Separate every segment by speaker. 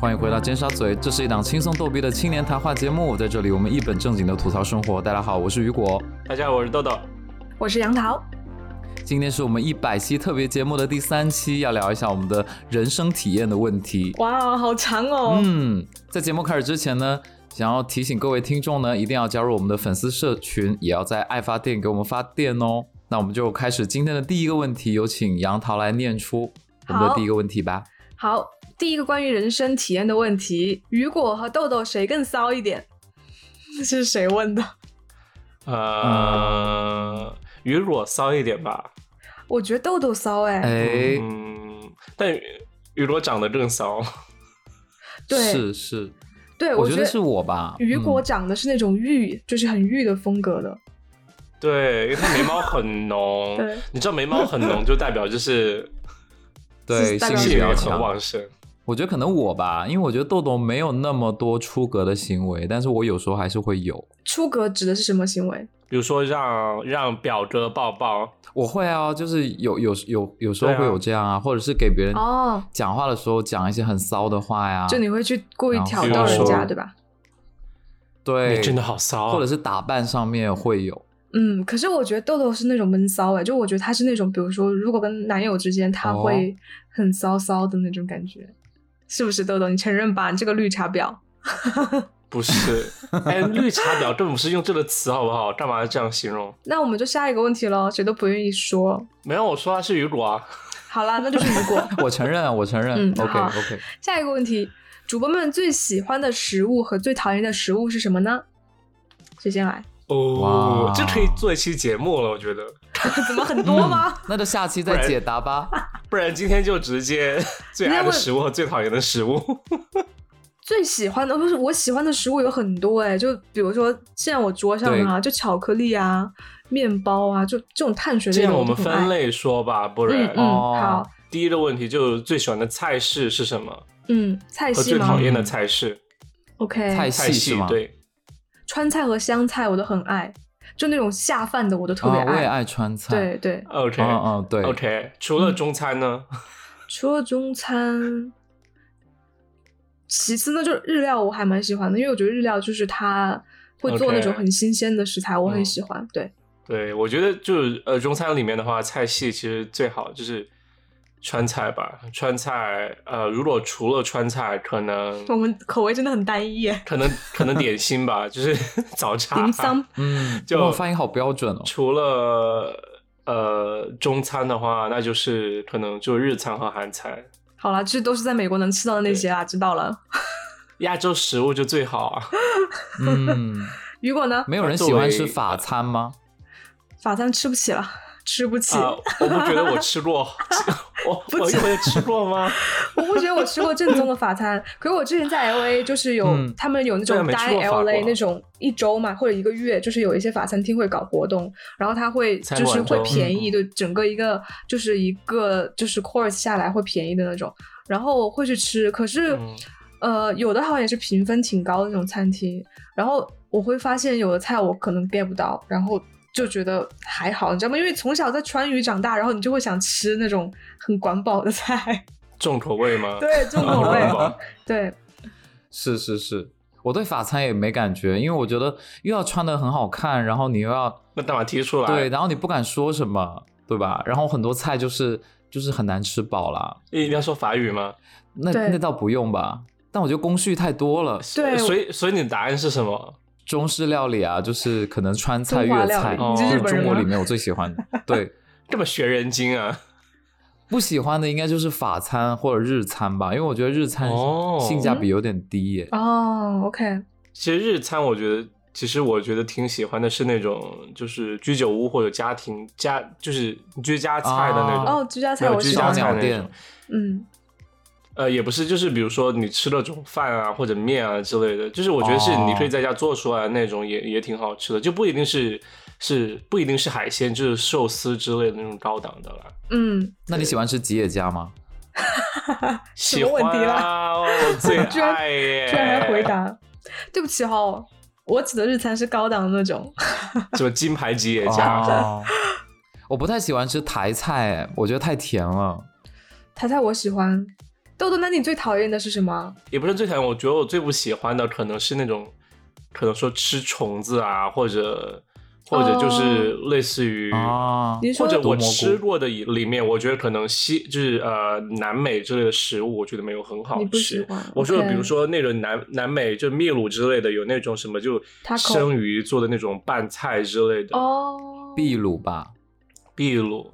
Speaker 1: 欢迎回到尖沙咀，这是一档轻松逗逼的青年谈话节目，在这里我们一本正经的吐槽生活。大家好，我是雨果，
Speaker 2: 大家好，我是豆豆，
Speaker 3: 我是杨桃。
Speaker 1: 今天是我们一百期特别节目的第三期，要聊一下我们的人生体验的问题。
Speaker 3: 哇，好长哦！
Speaker 1: 嗯，在节目开始之前呢。想要提醒各位听众呢，一定要加入我们的粉丝社群，也要在爱发电给我们发电哦。那我们就开始今天的第一个问题，有请杨桃来念出我们的第一个问题吧。
Speaker 3: 好，第一个关于人生体验的问题，雨果和豆豆谁更骚一点？ 这是谁问的？
Speaker 1: 嗯
Speaker 2: 呃，雨果骚一点吧，
Speaker 3: 我觉得豆豆骚哎、
Speaker 1: 哎，
Speaker 2: 嗯，但雨果长得更骚，
Speaker 3: 对
Speaker 1: 是是，
Speaker 3: 对
Speaker 1: 我
Speaker 3: 觉
Speaker 1: 觉得是我吧。
Speaker 3: 雨果
Speaker 1: 嗯
Speaker 3: 长得是那种玉，就是很玉的风格的。
Speaker 2: 对，因为他眉毛 很浓
Speaker 3: 对，
Speaker 2: 你知道眉毛很浓就代表就是
Speaker 1: 对
Speaker 3: 是代表
Speaker 1: 性
Speaker 2: 性
Speaker 1: 欲比
Speaker 2: 欲
Speaker 1: 较
Speaker 2: 很
Speaker 1: 强。
Speaker 2: 旺盛，
Speaker 1: 我觉得可能我吧，因为我觉得豆豆没有那么多出格的行为，但是我有时候还是会有。
Speaker 3: 出格指的是什么行为？
Speaker 2: 比如说让让表哥抱抱，
Speaker 1: 我会啊，就是有有有有时候
Speaker 2: 对啊
Speaker 1: 会有这样啊，或者是给别人
Speaker 3: 哦
Speaker 1: 讲话的时候讲一些很骚的话呀，
Speaker 3: 就你会去故意
Speaker 1: 啊然后
Speaker 3: 挑
Speaker 2: 比
Speaker 3: 逗
Speaker 2: 如
Speaker 3: 人家，
Speaker 2: 说
Speaker 3: 对吧？
Speaker 1: 对
Speaker 2: 你真的好骚啊，
Speaker 1: 或者是打扮上面会有，
Speaker 3: 嗯，可是我觉得豆豆是那种闷骚哎、就我觉得他是那种，比如说如果跟男友之间，他
Speaker 1: 哦
Speaker 3: 会很骚骚的那种感觉，是不是豆豆？你承认吧，你这个绿茶婊。
Speaker 2: 不是，哎，绿茶婊根本不是用这个词好不好？干嘛这样形容？
Speaker 3: 那我们就下一个问题喽，谁都不愿意说。
Speaker 2: 没有，我说他是雨果啊，
Speaker 3: 好啦，那就是雨果。
Speaker 1: 我承认，我承认
Speaker 3: 嗯
Speaker 1: ，OK
Speaker 3: 好
Speaker 1: OK，
Speaker 3: 下一个问题，主播们最喜欢的食物和最讨厌的食物是什么呢？谁先来？
Speaker 2: 哦
Speaker 1: 哇，
Speaker 2: 这可以做一期节目了，我觉得，
Speaker 3: 怎么很 多 吗？
Speaker 1: 嗯那就下期再解答 吧。
Speaker 2: 不然今天就直接 最爱
Speaker 3: 那
Speaker 2: 的
Speaker 3: 我
Speaker 2: 食物和最讨厌的食物。
Speaker 3: 最喜欢的不是我喜欢的食物有很多哎、就比如说现在我桌上的啊，就巧克力啊、面包啊，就这种碳水
Speaker 2: 这
Speaker 3: 类的
Speaker 2: 样我
Speaker 3: 都
Speaker 2: 们
Speaker 3: 很
Speaker 2: 分
Speaker 3: 爱。
Speaker 2: 类说吧，不
Speaker 3: 嗯
Speaker 2: 然、
Speaker 3: 嗯，
Speaker 1: 哦
Speaker 3: 好，
Speaker 2: 第一个问题就是最喜欢的菜式是什么，
Speaker 3: 嗯，菜
Speaker 2: 和
Speaker 3: 系
Speaker 2: 最
Speaker 3: 吗
Speaker 2: 讨厌的菜式。
Speaker 1: 菜
Speaker 3: ？OK，
Speaker 1: 嗯系
Speaker 2: 菜
Speaker 1: 是吗
Speaker 2: 对，
Speaker 3: 川菜和湘菜我都很爱，就那种下饭的我都特别
Speaker 1: 啊，我也
Speaker 3: 爱。
Speaker 1: 爱川菜，，
Speaker 3: 对对，
Speaker 2: ，OK，
Speaker 1: 嗯嗯对
Speaker 2: OK，除了中餐呢？
Speaker 3: 除了中餐，其次呢就是日料，我还蛮喜欢的，因为我觉得日料就是它会做
Speaker 2: OK
Speaker 3: 那种很新鲜的食材，我很
Speaker 2: 嗯
Speaker 3: 喜欢。对，
Speaker 2: 对，我觉得就是呃，中餐里面的话，菜系其实最好就是川菜吧。川菜，呃，如果除了川菜，可能
Speaker 3: 我们口味真的很单一 耶。
Speaker 2: 可能可能点心吧，就是 早茶。
Speaker 3: 零桑
Speaker 1: 嗯，
Speaker 2: 就
Speaker 1: 哇发音好标准哦。
Speaker 2: 除了呃中餐的话，那就是可能就日餐和韩餐。
Speaker 3: 好啦，这都是在美国能吃到的那些啦，知道了。
Speaker 2: 亚洲食物就最好 啊。
Speaker 1: 嗯，
Speaker 3: 雨果呢？
Speaker 1: 没有人
Speaker 2: 作
Speaker 1: 喜欢
Speaker 2: 为
Speaker 1: 吃法餐吗？
Speaker 3: 法餐吃不起了，吃不起。
Speaker 2: 啊，我不觉得我吃过， 我我
Speaker 3: 止
Speaker 2: 有吃过吗？
Speaker 3: 我不觉得我吃过正宗的法餐，可是我之前在 L A 就是有、
Speaker 1: 嗯
Speaker 3: 他们有那
Speaker 2: 对啊
Speaker 3: 种
Speaker 2: 没吃
Speaker 3: die
Speaker 2: 过法
Speaker 3: L
Speaker 2: 国
Speaker 3: A 那种一周嘛或者一个月，就是有一些法餐厅会搞活动，然后它会
Speaker 2: 餐
Speaker 3: 就是
Speaker 2: 馆
Speaker 3: 会
Speaker 2: 周
Speaker 3: 便宜，
Speaker 2: 嗯
Speaker 3: 对整个一个就是一个就是 course 下来会便宜的那种，然后会去吃，可是、
Speaker 2: 嗯
Speaker 3: 呃有的好像也是评分挺高的那种餐厅，然后我会发现有的菜我可能 get 不到，然后。就觉得还好，你知道吗？因为从小在川渝长大，然后你就会想吃那种很管饱的菜，
Speaker 2: 重口味 吗？
Speaker 3: 对，重
Speaker 2: 啊，
Speaker 3: 口味
Speaker 2: 汉。 堡
Speaker 3: 对，
Speaker 1: 是是是，我对法餐也没感觉，因为我觉得又要穿的很好看，然后你又要
Speaker 2: 那干嘛提出来？
Speaker 1: 对，，然后你不敢说什么，对吧？然后很多菜就是就是很难吃饱啦，
Speaker 2: 一定要说法语吗？
Speaker 1: 那
Speaker 3: 对
Speaker 1: 那倒不用吧。但我觉得工序太多了，
Speaker 3: 对
Speaker 2: 所以所以你的答案是什么？
Speaker 1: 中式料理啊，就是可能川菜、
Speaker 3: 中华
Speaker 1: 粤
Speaker 3: 料
Speaker 1: 菜，
Speaker 3: 理
Speaker 2: 你
Speaker 1: 就是是
Speaker 2: 日本
Speaker 1: 中
Speaker 2: 人
Speaker 1: 国
Speaker 2: 吗
Speaker 1: 里面我最喜欢的。对，
Speaker 2: 这么学人精啊！
Speaker 1: 不喜欢的应该就是法餐或者日餐吧，因为我觉得日餐
Speaker 2: 哦
Speaker 1: 性价比有点低耶。
Speaker 3: 哦，OK，
Speaker 2: 其实日餐，我觉得，其实我觉得挺喜欢的是那种，就是居酒屋或者家庭家，就是居家菜的那种。
Speaker 3: 哦，居家
Speaker 2: 没
Speaker 3: 菜
Speaker 2: 有
Speaker 3: 我
Speaker 2: 居
Speaker 3: 喜
Speaker 2: 家
Speaker 1: 烧
Speaker 3: 欢，
Speaker 2: 菜
Speaker 1: 鸟
Speaker 2: 那
Speaker 1: 店
Speaker 2: 种，
Speaker 3: 嗯，
Speaker 2: 呃，也不是，就是比如说你吃那种饭啊或者面啊之类的，就是我觉得是
Speaker 1: 哦
Speaker 2: 你可以在家做出来的那种也，也挺好吃的，就不一定是是不一定是海鲜，就是寿司之类的那种高档的啦。
Speaker 3: 嗯，
Speaker 1: 那你喜欢吃吉野家吗？
Speaker 3: 什
Speaker 2: 喜
Speaker 3: 么
Speaker 2: 欢
Speaker 3: 问题
Speaker 2: 啊，我最
Speaker 3: 居然
Speaker 2: 爱耶！
Speaker 3: 居然还回
Speaker 2: 哎
Speaker 3: 答，对不起哦，我指的日餐是高档的那种，
Speaker 2: 什么金牌吉野家？
Speaker 1: 哦 我不太喜欢吃台菜，我觉得太甜了。
Speaker 3: 台菜我喜欢，豆豆，那你最讨厌的是什么？
Speaker 2: 也不是最讨厌，我觉得我最不喜欢的可能是那种，可能说吃虫子啊，或者或者就是
Speaker 3: 哦
Speaker 2: 类似于
Speaker 1: 啊，
Speaker 3: 你说
Speaker 2: 或者
Speaker 1: 毒蘑
Speaker 2: 我
Speaker 1: 菇
Speaker 2: 吃过的里面，我觉得可能西就是呃南美之类的食物，我觉得没有很好
Speaker 3: 你不喜
Speaker 2: 吃。
Speaker 3: 欢？
Speaker 2: 我说，
Speaker 3: OK
Speaker 2: 比如，说那种南南美就秘鲁之类的，有那种什么就
Speaker 3: Taco
Speaker 2: 生鱼做的那种拌菜之类的。
Speaker 3: 哦，
Speaker 1: 秘鲁吧，
Speaker 2: 秘鲁、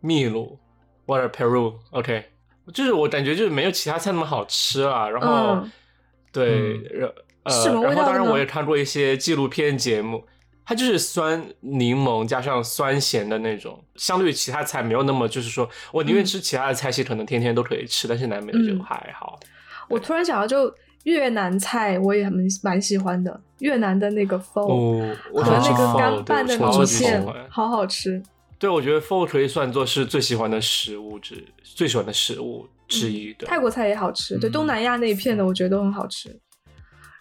Speaker 2: 秘鲁，what are Peru？OK，、就是我感觉就是没有其他菜那么好吃啊。然后，
Speaker 3: 嗯
Speaker 2: 对，
Speaker 1: 嗯
Speaker 2: 然
Speaker 3: 是什
Speaker 2: 呃，
Speaker 3: 么味
Speaker 2: 然后
Speaker 3: 道
Speaker 2: 当然
Speaker 3: 的呢
Speaker 2: 我也看过一些纪录片节目，它就是酸柠檬加上酸咸的那种，相对于其他菜没有那么就是说我宁愿
Speaker 3: 嗯
Speaker 2: 吃其他的菜系，可能天天都可以吃，但是南美的就
Speaker 3: 嗯
Speaker 2: 还好。
Speaker 3: 我突然想到，就越南菜我也蛮蛮喜欢的，越南的那个风。
Speaker 2: 哦，我
Speaker 3: 和
Speaker 2: 觉
Speaker 1: 觉得
Speaker 2: 得
Speaker 3: 那个
Speaker 1: 是
Speaker 3: 干拌的
Speaker 1: 我
Speaker 2: 超
Speaker 3: 米
Speaker 2: 级喜
Speaker 3: 线
Speaker 2: 欢，
Speaker 3: 好好吃。
Speaker 2: 对，我觉得 pho 可以算作是最喜欢的食物之最喜欢的食物之一。对，
Speaker 3: 嗯泰国菜也好吃，对
Speaker 1: 嗯
Speaker 3: 东南亚那一片的我觉得都很好吃。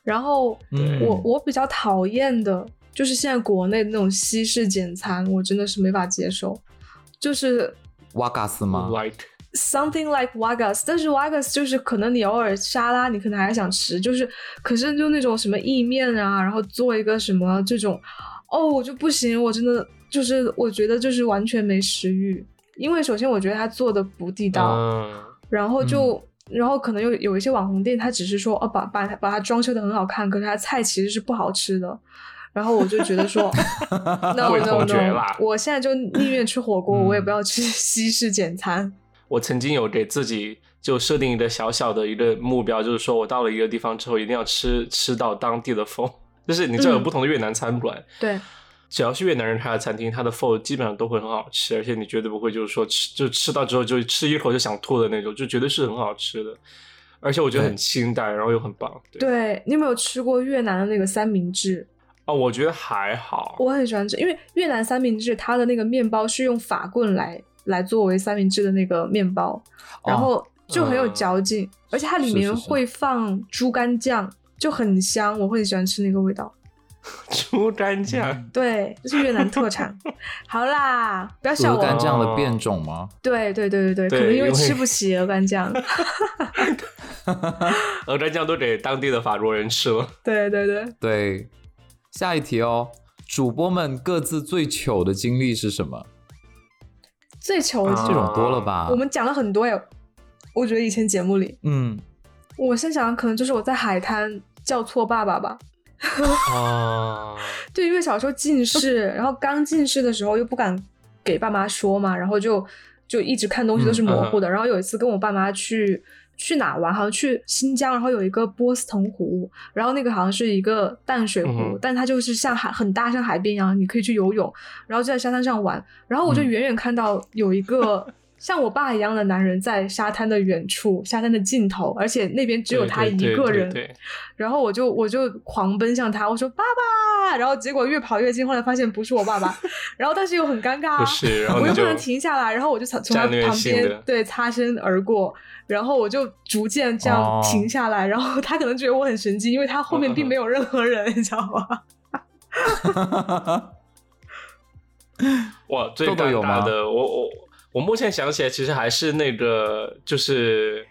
Speaker 3: 然后
Speaker 1: 嗯
Speaker 3: 我我比较讨厌的就是现在国内那种西式简餐，我真的是没法接受。就是
Speaker 1: 瓦嘎斯吗？
Speaker 2: like
Speaker 3: something like wagas，但是 wagas 就是可能你偶尔沙拉，你可能还想吃，就是可是就那种什么意面啊，然后做一个什么这种，哦，我就不行，我真的就是我觉得就是完全没食欲，因为首先我觉得他做的不地道，
Speaker 2: 嗯。
Speaker 3: 然后就、
Speaker 1: 嗯
Speaker 3: 然后可能有有一些网红店，他只是说哦把把它把它装修的很好看，可是它菜其实是不好吃的。然后我就觉 得说，no
Speaker 1: 哦
Speaker 2: 味
Speaker 3: no
Speaker 2: 同绝
Speaker 3: no，
Speaker 2: 啦
Speaker 3: 我现在就宁愿吃火锅，
Speaker 1: 嗯
Speaker 3: 我也不要吃 西式简餐。
Speaker 2: 我曾经有给自己就设定一个小小的一个目标，就是说我到了一个地方之后，一定要吃吃到当地的风。 就是你知道有
Speaker 3: 嗯
Speaker 2: 不同的越南餐馆，
Speaker 3: 对，
Speaker 2: 只要是越南人开的餐厅，它的 pho 基本上都会很好吃，而且你绝对不会就是说吃就吃到之后就吃一口就想吐的那种，就绝对是很好吃的。而且我觉得很
Speaker 1: 对
Speaker 2: 清淡，然后又很棒。对
Speaker 3: 对你有没有吃过越南的那个三明治？
Speaker 2: 哦，我觉得还好。
Speaker 3: 我很喜欢吃，因为越南三明治它的那个面包是用法棍来来作为三明治的那个面包，然后就很有
Speaker 2: 嗯
Speaker 3: 嚼劲，而且它里
Speaker 1: 哦是
Speaker 3: 面
Speaker 1: 是是
Speaker 3: 会放猪肝酱，就很香，我会很喜欢吃那个味道。
Speaker 2: 猪肝酱，
Speaker 3: 对，这是越南特 产。好啦，不要笑
Speaker 1: 鹅
Speaker 3: 我
Speaker 1: 肝
Speaker 3: 哦。
Speaker 1: 酱的变种吗？
Speaker 3: 对对对对对，
Speaker 2: 对
Speaker 3: 可能因为
Speaker 2: 因为
Speaker 3: 吃不起鹅肝酱。
Speaker 2: 鹅肝哦酱都给当地的法国人吃了。
Speaker 3: 对对对，
Speaker 1: 对，下一题哦，主播们各自最糗的经历是什么？
Speaker 3: 最糗的
Speaker 2: 啊
Speaker 1: 这种多了吧？
Speaker 3: 我们讲了很多哎，我觉得以前节目里，
Speaker 1: 嗯，
Speaker 3: 我先想可能就是我在海滩叫错爸爸吧。
Speaker 2: 啊，
Speaker 3: 对，因为小时候近视，然后刚近视的时候又不敢给爸妈说嘛，然后就就一直看东西
Speaker 2: 嗯
Speaker 3: 都是模糊的。然后有一次跟我爸妈去去哪玩，好像去新疆，然后有一个波斯腾湖，然后那个好像是一个淡水湖，
Speaker 2: 嗯哼
Speaker 3: 但它就是像海很大，像海边一样，你可以去游泳，然后就在沙滩上玩。然后我就
Speaker 1: 嗯
Speaker 3: 远远看到有 一个。像我爸一样的男人在沙滩的远处，沙滩的尽头，而且那边只有
Speaker 2: 对
Speaker 3: 他
Speaker 2: 对
Speaker 3: 一
Speaker 2: 对
Speaker 3: 个
Speaker 2: 对
Speaker 3: 人。
Speaker 2: 对
Speaker 3: 然后我就我就狂奔向他，我说爸爸，然后结果越跑越近，后来发现不是我 爸爸，然后但是又很尴尬啊，
Speaker 2: 不是，然后
Speaker 3: 我又
Speaker 2: 你
Speaker 3: 不
Speaker 2: 就
Speaker 3: 能停下来，然后我就从从他
Speaker 2: 战略
Speaker 3: 旁
Speaker 2: 性
Speaker 3: 边
Speaker 2: 的
Speaker 3: 对擦身而过，然后我就逐渐这样
Speaker 1: 哦
Speaker 3: 停下来，然后他可能觉得我很神经，因为他后面并没有任何人，你知道吗？
Speaker 2: 哇，最
Speaker 1: 豆豆
Speaker 2: 尴
Speaker 1: 有吗
Speaker 2: 尬的，我我我目前想起来，其实还是那个，就是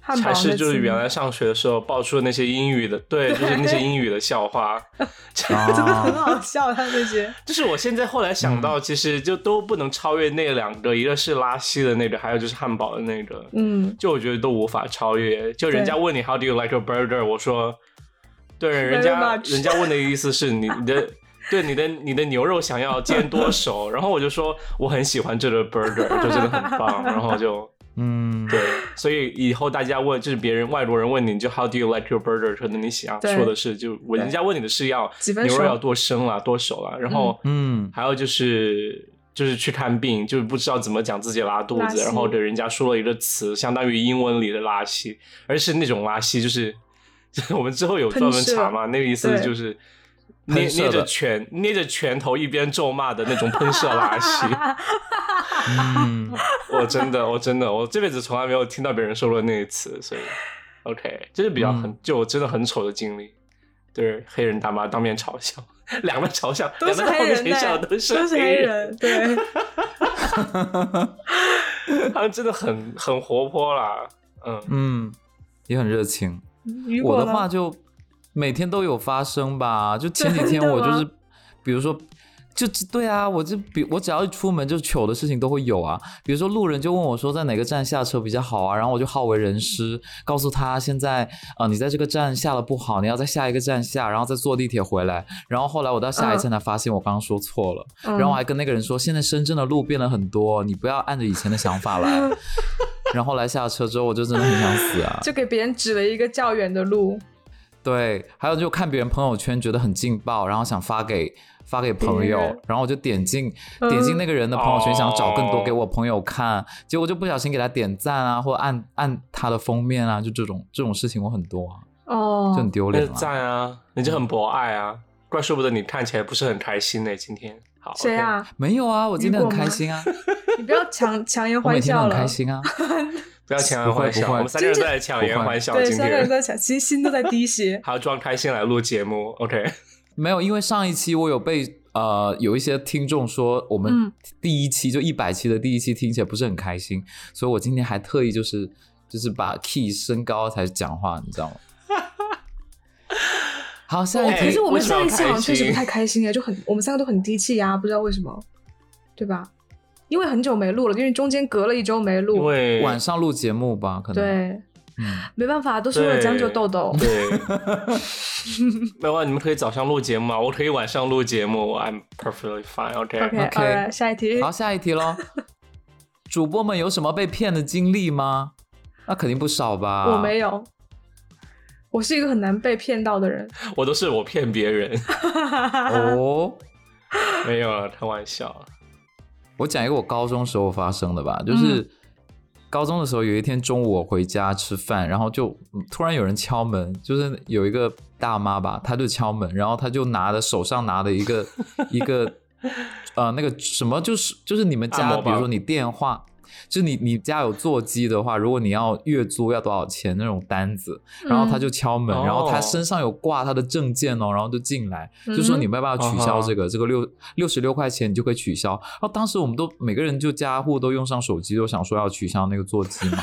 Speaker 3: 汉堡
Speaker 2: 还
Speaker 3: 那
Speaker 2: 是就是
Speaker 3: 次
Speaker 2: 原 来上学的时候爆出的那些英语的，对，就是那些英语的笑 话。
Speaker 3: 真的很
Speaker 1: 啊，
Speaker 3: 好笑，他那些
Speaker 2: 就是我现在后来
Speaker 1: 嗯
Speaker 2: 想到，其实就都不能超越那两个，一个是拉稀的那个，还有就是汉堡的那个，
Speaker 3: 嗯，
Speaker 2: 就我觉得都无法超越。就人家问你 How do you like your burger？我说，对，人家
Speaker 3: much
Speaker 2: 人家问的意思是你你 的。对你的你的牛肉想要煎多熟，然后我就说我很喜欢这个 burger，就真的很 棒，然后就
Speaker 1: 嗯，
Speaker 2: 对，所以以后大家问，就是别人外国人问你，就 How do you like your burger？可能你想
Speaker 3: 对
Speaker 2: 说的是，就我
Speaker 3: 对
Speaker 2: 人家问你的是要
Speaker 3: 几分
Speaker 2: 牛
Speaker 3: 熟
Speaker 2: 肉要多生了，多熟了，然后
Speaker 1: 嗯
Speaker 2: 还有就是就是去看病，就是不知道怎么讲自己拉肚
Speaker 3: 拉
Speaker 2: 子，
Speaker 3: 稀
Speaker 2: 然后给人家说了一个词，相当于英文里的拉稀，而是那种拉稀，就是 我们之后有
Speaker 3: 喷
Speaker 2: 专门
Speaker 3: 射
Speaker 2: 查嘛，那个意思
Speaker 3: 对
Speaker 2: 就是。捏
Speaker 1: 喷射
Speaker 2: 捏着
Speaker 1: 的
Speaker 2: 拳捏着拳头一边咒骂的那种喷射拉 稀，
Speaker 1: 嗯，
Speaker 2: 我真的，我真的，我这辈子从来没有听到别人说过那一次，所以，OK，这是比较很，
Speaker 1: 嗯
Speaker 2: 就我真的很丑的经历，就是黑人大妈当面嘲笑， 两个嘲笑，
Speaker 3: 都是
Speaker 2: 两个
Speaker 3: 黑
Speaker 2: 当面
Speaker 3: 人
Speaker 2: 嘲
Speaker 3: 呢、
Speaker 2: 笑，
Speaker 3: 都
Speaker 2: 都
Speaker 3: 是
Speaker 2: 黑
Speaker 3: 黑人，对，
Speaker 2: 他们真的很很活泼啦，嗯，
Speaker 1: 嗯，也很热情。
Speaker 3: 雨
Speaker 1: 我
Speaker 3: 果
Speaker 1: 的
Speaker 3: 呢
Speaker 1: 话就每天都有发生吧，就前几
Speaker 3: 真
Speaker 1: 天
Speaker 3: 的
Speaker 1: 我就
Speaker 3: 吗
Speaker 1: 是，比如说。就对啊，我就比我只要一出门，就糗的事情都会有啊。比如说路人就问我说在哪个站下车比较好啊，然后我就好为人师，告诉他现在啊、呃你在这个站下了不好，你要在下一个站下，然后再坐地铁回来。然后后来我到下一
Speaker 3: 嗯
Speaker 1: 站才发现我刚刚说错了，
Speaker 3: 嗯
Speaker 1: 然后我还跟那个人说，现在深圳的路变了很多，你不要按着以前的想法 来。然后后来下车之后，我就真的很想死啊！
Speaker 3: 就给别人指了一个较远的路，
Speaker 1: 对，还有就看别人朋友圈觉得很劲爆，然后想发给发给朋友
Speaker 3: 别人，嗯
Speaker 1: 然后我就点进点进那个人的朋友圈，
Speaker 2: 嗯
Speaker 1: 想找更多给我朋友看，结果就不小心给他点赞啊，或按按他的封面啊，就这种这种事情我很多啊，
Speaker 3: 哦
Speaker 1: 就，很丢
Speaker 2: 那
Speaker 1: 脸
Speaker 2: 是
Speaker 1: 啊。
Speaker 2: 赞啊，人家很博爱啊，怪说不得你看起来不是很开心呢、今天好，
Speaker 3: 谁
Speaker 2: OK
Speaker 3: 啊？
Speaker 1: 没有啊，我今天很
Speaker 3: 雨果吗
Speaker 1: 开心 啊，
Speaker 3: 你不要强强颜
Speaker 1: 我每
Speaker 3: 欢
Speaker 1: 天都
Speaker 3: 笑
Speaker 1: 很
Speaker 3: 了
Speaker 1: 开。心啊。
Speaker 2: 不要强
Speaker 1: 不
Speaker 2: 颜
Speaker 1: 会
Speaker 2: 欢
Speaker 1: 不
Speaker 2: 笑，
Speaker 1: 会
Speaker 2: 我们三个人
Speaker 3: 今
Speaker 2: 都
Speaker 3: 天
Speaker 2: 在强颜
Speaker 1: 不会
Speaker 2: 欢笑，
Speaker 3: 对，
Speaker 2: 今
Speaker 3: 三个人
Speaker 2: 天
Speaker 3: 都在想，其实心都在滴 血。
Speaker 2: 还要装开心来录节目，OK。
Speaker 3: 嗯
Speaker 1: 没有，因为上一期我有被呃有一些听众说我们
Speaker 3: 嗯
Speaker 1: 第一期、就一百期的第一期听起来不是很开心，所以我今天还特意就是就是把 key 升高才讲话，你知道吗？ 好，下一
Speaker 2: 哎
Speaker 3: 可
Speaker 1: 题
Speaker 3: 是我
Speaker 2: 为
Speaker 3: 们
Speaker 2: 什么要
Speaker 3: 上一次好像确实不
Speaker 2: 开心
Speaker 3: 太开心哎，就很我们三个都很低气压，不知道为什么，对吧？因为很久没录了，因为中间隔了一周没
Speaker 2: 因
Speaker 3: 录，
Speaker 2: 为
Speaker 1: 晚上录节目吧，可能，
Speaker 3: 对，
Speaker 1: 嗯，
Speaker 3: 没办法，都是为了将就豆豆。
Speaker 2: 对，没有，你们可以早上录节目啊，我可以晚上录节目，I'm perfectly fine，OK、
Speaker 3: OK，
Speaker 1: OK
Speaker 3: 好了，下一题
Speaker 1: 好，下一题喽。主播们有什么被骗的经历吗？那肯定不少吧。
Speaker 3: 我没有，我是一个很难被骗到的人。
Speaker 2: 我都是我骗别人，
Speaker 1: 哦。
Speaker 2: 没有啊，开玩笑。
Speaker 1: 我讲一个我高中时候发生的
Speaker 2: 嗯
Speaker 1: 吧，就是高中的时候有一天中午我回家吃饭，然后就嗯突然有人敲门，就是有一个大妈吧，她就敲门，然后她就拿的手上拿的一 个一个呃那个什么，就是就是你们
Speaker 2: 按
Speaker 1: 家，
Speaker 2: 摩棒
Speaker 1: 比如说你电话。就是你你家有座机的话，如果你要月租要多少钱那种单子， 然后她
Speaker 3: 嗯
Speaker 1: 就敲门，
Speaker 2: 哦
Speaker 1: 然后她身上有挂她的证件哦，然后就进来，
Speaker 3: 嗯
Speaker 1: 就说你没有办法取消
Speaker 2: 啊哈
Speaker 1: 这个，这个六六十六块钱你就可以取消。然后当时我们都每个人就家户都用上手机，都想说要取消那个座机嘛。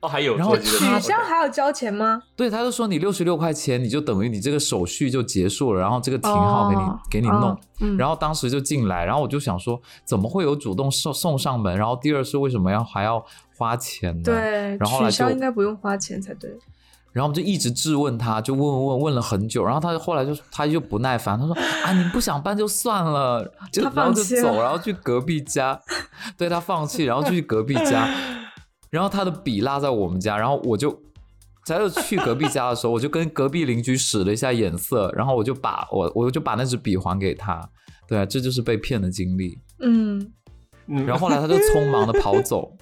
Speaker 2: 哦，还有
Speaker 1: 然后
Speaker 2: 这个
Speaker 3: 取
Speaker 1: 他
Speaker 3: 消还要交钱吗？
Speaker 1: 对，他就说你六十六块钱，你就等于你这个手续就结束了，然后这个停号给你、
Speaker 3: 哦
Speaker 1: 给你弄。
Speaker 3: 哦嗯，
Speaker 1: 然后当时就进来，然后我就想说，怎么会有主动送送上门？然后第二是为什么要还要花钱呢？
Speaker 3: 对，
Speaker 1: 然后来
Speaker 3: 取消
Speaker 1: 就
Speaker 3: 应该不用花钱才对。
Speaker 1: 然后我们就一直质问他，就问问问了很久，然后他就后来就他就不耐烦，他说 啊，你不想搬就算了，就
Speaker 3: 他
Speaker 1: 然后
Speaker 3: 放
Speaker 1: 就
Speaker 3: 弃了
Speaker 1: 走，然后去隔壁家，对他放弃，然后就去隔壁 家，然后他的笔落在我们家，然后我就。在就去隔壁家的时候，我就跟隔壁邻居使了一下眼色，然后我就把我我就把那支笔还给他，对、啊这就是被骗的经历。
Speaker 3: 嗯，
Speaker 2: 嗯
Speaker 1: 然后后来他就匆忙的跑走，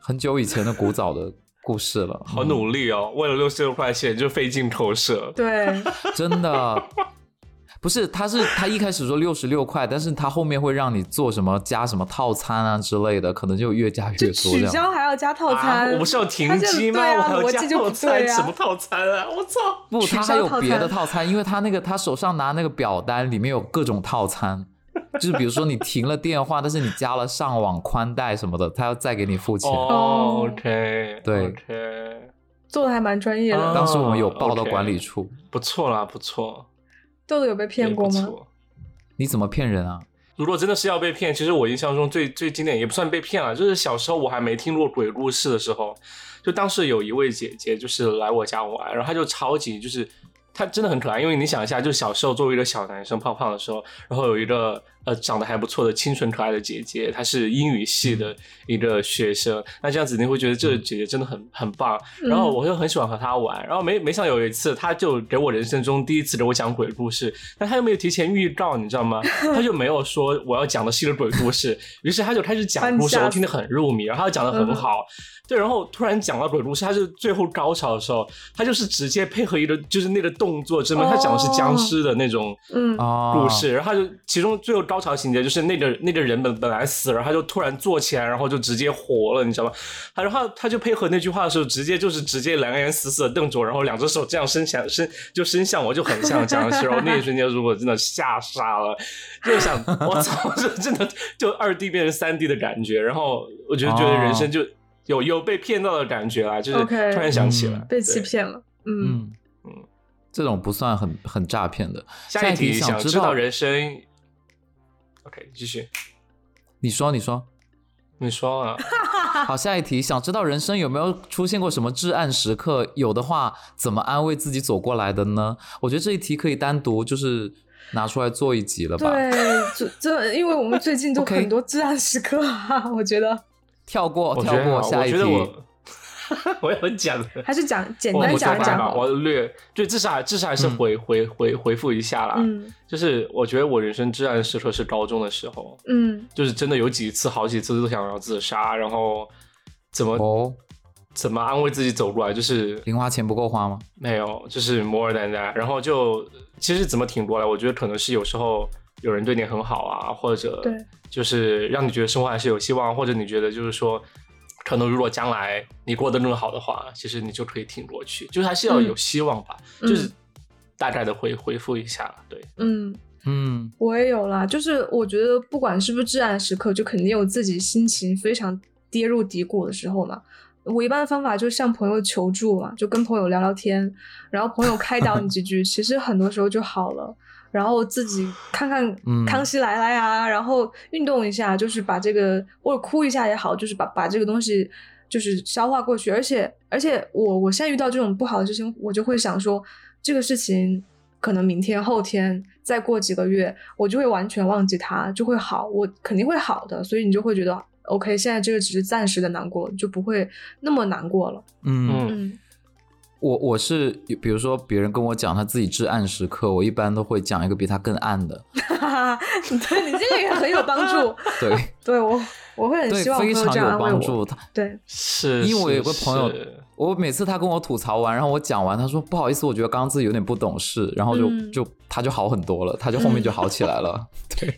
Speaker 1: 很久以前的古早的故事了。
Speaker 2: 好努力哦，为了六十六块钱就费尽口舌。
Speaker 3: 对，
Speaker 1: 真的。不是，他是他一开始说六十六块，但是他后面会让你做什么加什么套餐啊之类的，可能就越加
Speaker 3: 就
Speaker 1: 越多
Speaker 3: 取
Speaker 1: 这样。
Speaker 3: 消还要加套
Speaker 2: 啊
Speaker 3: 餐，
Speaker 2: 我不是有停
Speaker 3: 他就
Speaker 2: 机吗？
Speaker 3: 对啊
Speaker 2: 我还有
Speaker 3: 逻
Speaker 2: 加
Speaker 3: 辑就不
Speaker 2: 套餐，
Speaker 3: 对啊
Speaker 2: 什么套餐啊？我操！
Speaker 1: 不，
Speaker 3: 取
Speaker 1: 他
Speaker 3: 消
Speaker 1: 还有
Speaker 3: 套
Speaker 1: 别的
Speaker 3: 餐
Speaker 1: 套餐，因为他那个他手上拿那个表单里面有各种套餐，就是比如说你停了电话，但是你加了上网宽带什么的，他要再给你付钱。
Speaker 2: 哦，OK，
Speaker 1: 对
Speaker 2: ，OK，
Speaker 3: 做的还蛮专业的。
Speaker 2: 哦
Speaker 1: 当时我们有报到
Speaker 2: OK
Speaker 1: 管理处，
Speaker 2: 不错啦，不错，
Speaker 3: 豆豆有被骗过
Speaker 2: 也不
Speaker 3: 吗？
Speaker 2: 错
Speaker 1: 你怎么骗人啊？
Speaker 2: 如果真的是要被骗，其实我印象中最最经典也不算被骗了，就是小时候我还没听过鬼故事的时候，就当时有一位姐姐就是来我家玩，然后她就超级就是她真的很可爱，因为你想一下，就小时候作为一个小男生胖胖的时候，然后有一个呃长得还不错的清纯可爱的姐姐，她是英语系的一个学生，那这样子你会觉得这个姐姐真的很很棒，然
Speaker 3: 嗯
Speaker 2: 后我就很喜欢和他玩，然后没没想有一次，他就给我人生中第一次给我讲鬼故事，但他又没有提前预告，你知道吗？他就没有说我要讲的是一个鬼故事，于是他就开始
Speaker 3: 把
Speaker 2: 讲
Speaker 3: 你
Speaker 2: 故事，
Speaker 3: 吓
Speaker 2: 我
Speaker 3: 死
Speaker 2: 听得很入迷，然后他讲的很好，对，然后突然讲到鬼故事，他就最后高潮的时候，他就是直接配合一个就是那个动作，真的，他讲的是僵尸的那种
Speaker 3: 嗯，
Speaker 1: 哦，
Speaker 2: 啊故事，然后他就其中最后高潮情节，就是那个那个人本本来死了，他就突然坐起来，然后就直接活了，你知道吗？他然后他就配合那句话的时候，直接就是直接两个人死死的瞪着我，然后两只手这样伸向伸就伸向我，就很像僵尸。然后那一瞬间，如果真的吓傻了，就想我操， 这真的就二 D 变成三 D 的感觉。然后我就觉得人生就。有有被骗到的感觉啦，啊就是
Speaker 3: OK
Speaker 2: 突然想起来、
Speaker 1: 嗯
Speaker 3: 被
Speaker 2: 对
Speaker 3: 欺。骗了。嗯，
Speaker 1: 嗯嗯，这种不算很很诈骗的。
Speaker 2: 下一
Speaker 1: 一
Speaker 2: 题
Speaker 1: 想
Speaker 2: 想知道人生，OK，继续，
Speaker 1: 你说你说，
Speaker 2: 你说啊，
Speaker 1: 好，下一题想知道人生有没有出现过什么至暗时刻？有的话，怎么安慰自己走过来的呢？我觉得这一题可以单独就是拿出来做一集了吧，
Speaker 3: 对，就这，因为我们最近 都
Speaker 1: OK
Speaker 3: 很多至暗时刻啊，我觉得
Speaker 1: 跳过
Speaker 2: 我觉
Speaker 1: 跳
Speaker 2: 得
Speaker 1: 过
Speaker 2: 啊
Speaker 1: 下一
Speaker 2: 我觉
Speaker 1: 题
Speaker 2: 得。我我也很讲的，
Speaker 3: 还是讲简
Speaker 2: 我
Speaker 3: 单
Speaker 2: 我
Speaker 3: 讲
Speaker 2: 想
Speaker 3: 一讲
Speaker 2: 吧，
Speaker 3: 好
Speaker 2: 我
Speaker 3: 了。
Speaker 2: 略对，至少至少还是
Speaker 1: 嗯
Speaker 2: 回、回回回复一下啦。
Speaker 3: 嗯
Speaker 2: 就是我觉得我人生至暗时刻是高中的时候，
Speaker 3: 嗯，
Speaker 2: 就是真的有几次好几次都想要自杀，然后怎么、
Speaker 1: 哦，
Speaker 2: 怎么安慰自己走过来，就是
Speaker 1: 零花钱不够花吗？
Speaker 2: 没有，就是摩尔奶奶。然后就其实怎么挺过来，我觉得可能是有时候有人对你很好啊，或者
Speaker 3: 对
Speaker 2: 就是让你觉得生活还是有希望，或者你觉得就是说，可能如果将来你过得更好的话，其实你就可以挺过去，就是还是要
Speaker 3: 嗯
Speaker 2: 有希望吧。
Speaker 3: 嗯
Speaker 2: 就是大概的回回复一下，对，
Speaker 3: 嗯，
Speaker 1: 嗯，
Speaker 3: 我也有啦，就是我觉得不管是不是至暗时刻，就肯定有自己心情非常跌入低谷的时候嘛。我一般的方法就是向朋友求助嘛，就跟朋友聊聊天，然后朋友开导你几句，其实很多时候就好了。然后自己看看
Speaker 1: 嗯
Speaker 3: 《康熙来了》呀，然后运动一下，就是把这个或者哭一下也好，就是把把这个东西就是消化过去。而且而且我我现在遇到这种不好的事情，我就会想说，这个事情可能明天、后天，再过几个月，我就会完全忘记它，就会好，我肯定会好的。所以你就会觉得，OK，现在这个只是暂时的难过，就不会那么难过了。
Speaker 1: 嗯，
Speaker 2: 嗯
Speaker 3: 嗯
Speaker 1: 我我是比如说别人跟我讲他自己至暗时刻，我一般都会讲一个比他更暗的。
Speaker 3: 哈哈， 对你这个也很有帮助。
Speaker 1: 对
Speaker 3: 对我，我会很
Speaker 1: 对，
Speaker 3: 希望朋
Speaker 1: 非
Speaker 3: 友
Speaker 1: 常
Speaker 3: 这样
Speaker 1: 有
Speaker 3: 安慰
Speaker 1: 帮
Speaker 3: 我。
Speaker 1: 助。他
Speaker 3: 对，
Speaker 2: 是
Speaker 1: 因为我
Speaker 2: 是
Speaker 1: 有个朋友
Speaker 2: 是
Speaker 1: 我每次他跟我吐槽完，然后我讲完，他说不好意思，我觉得刚刚自己有点不懂事，然后就、
Speaker 3: 嗯
Speaker 1: 就他就好很多了，他就后面就好起来 了。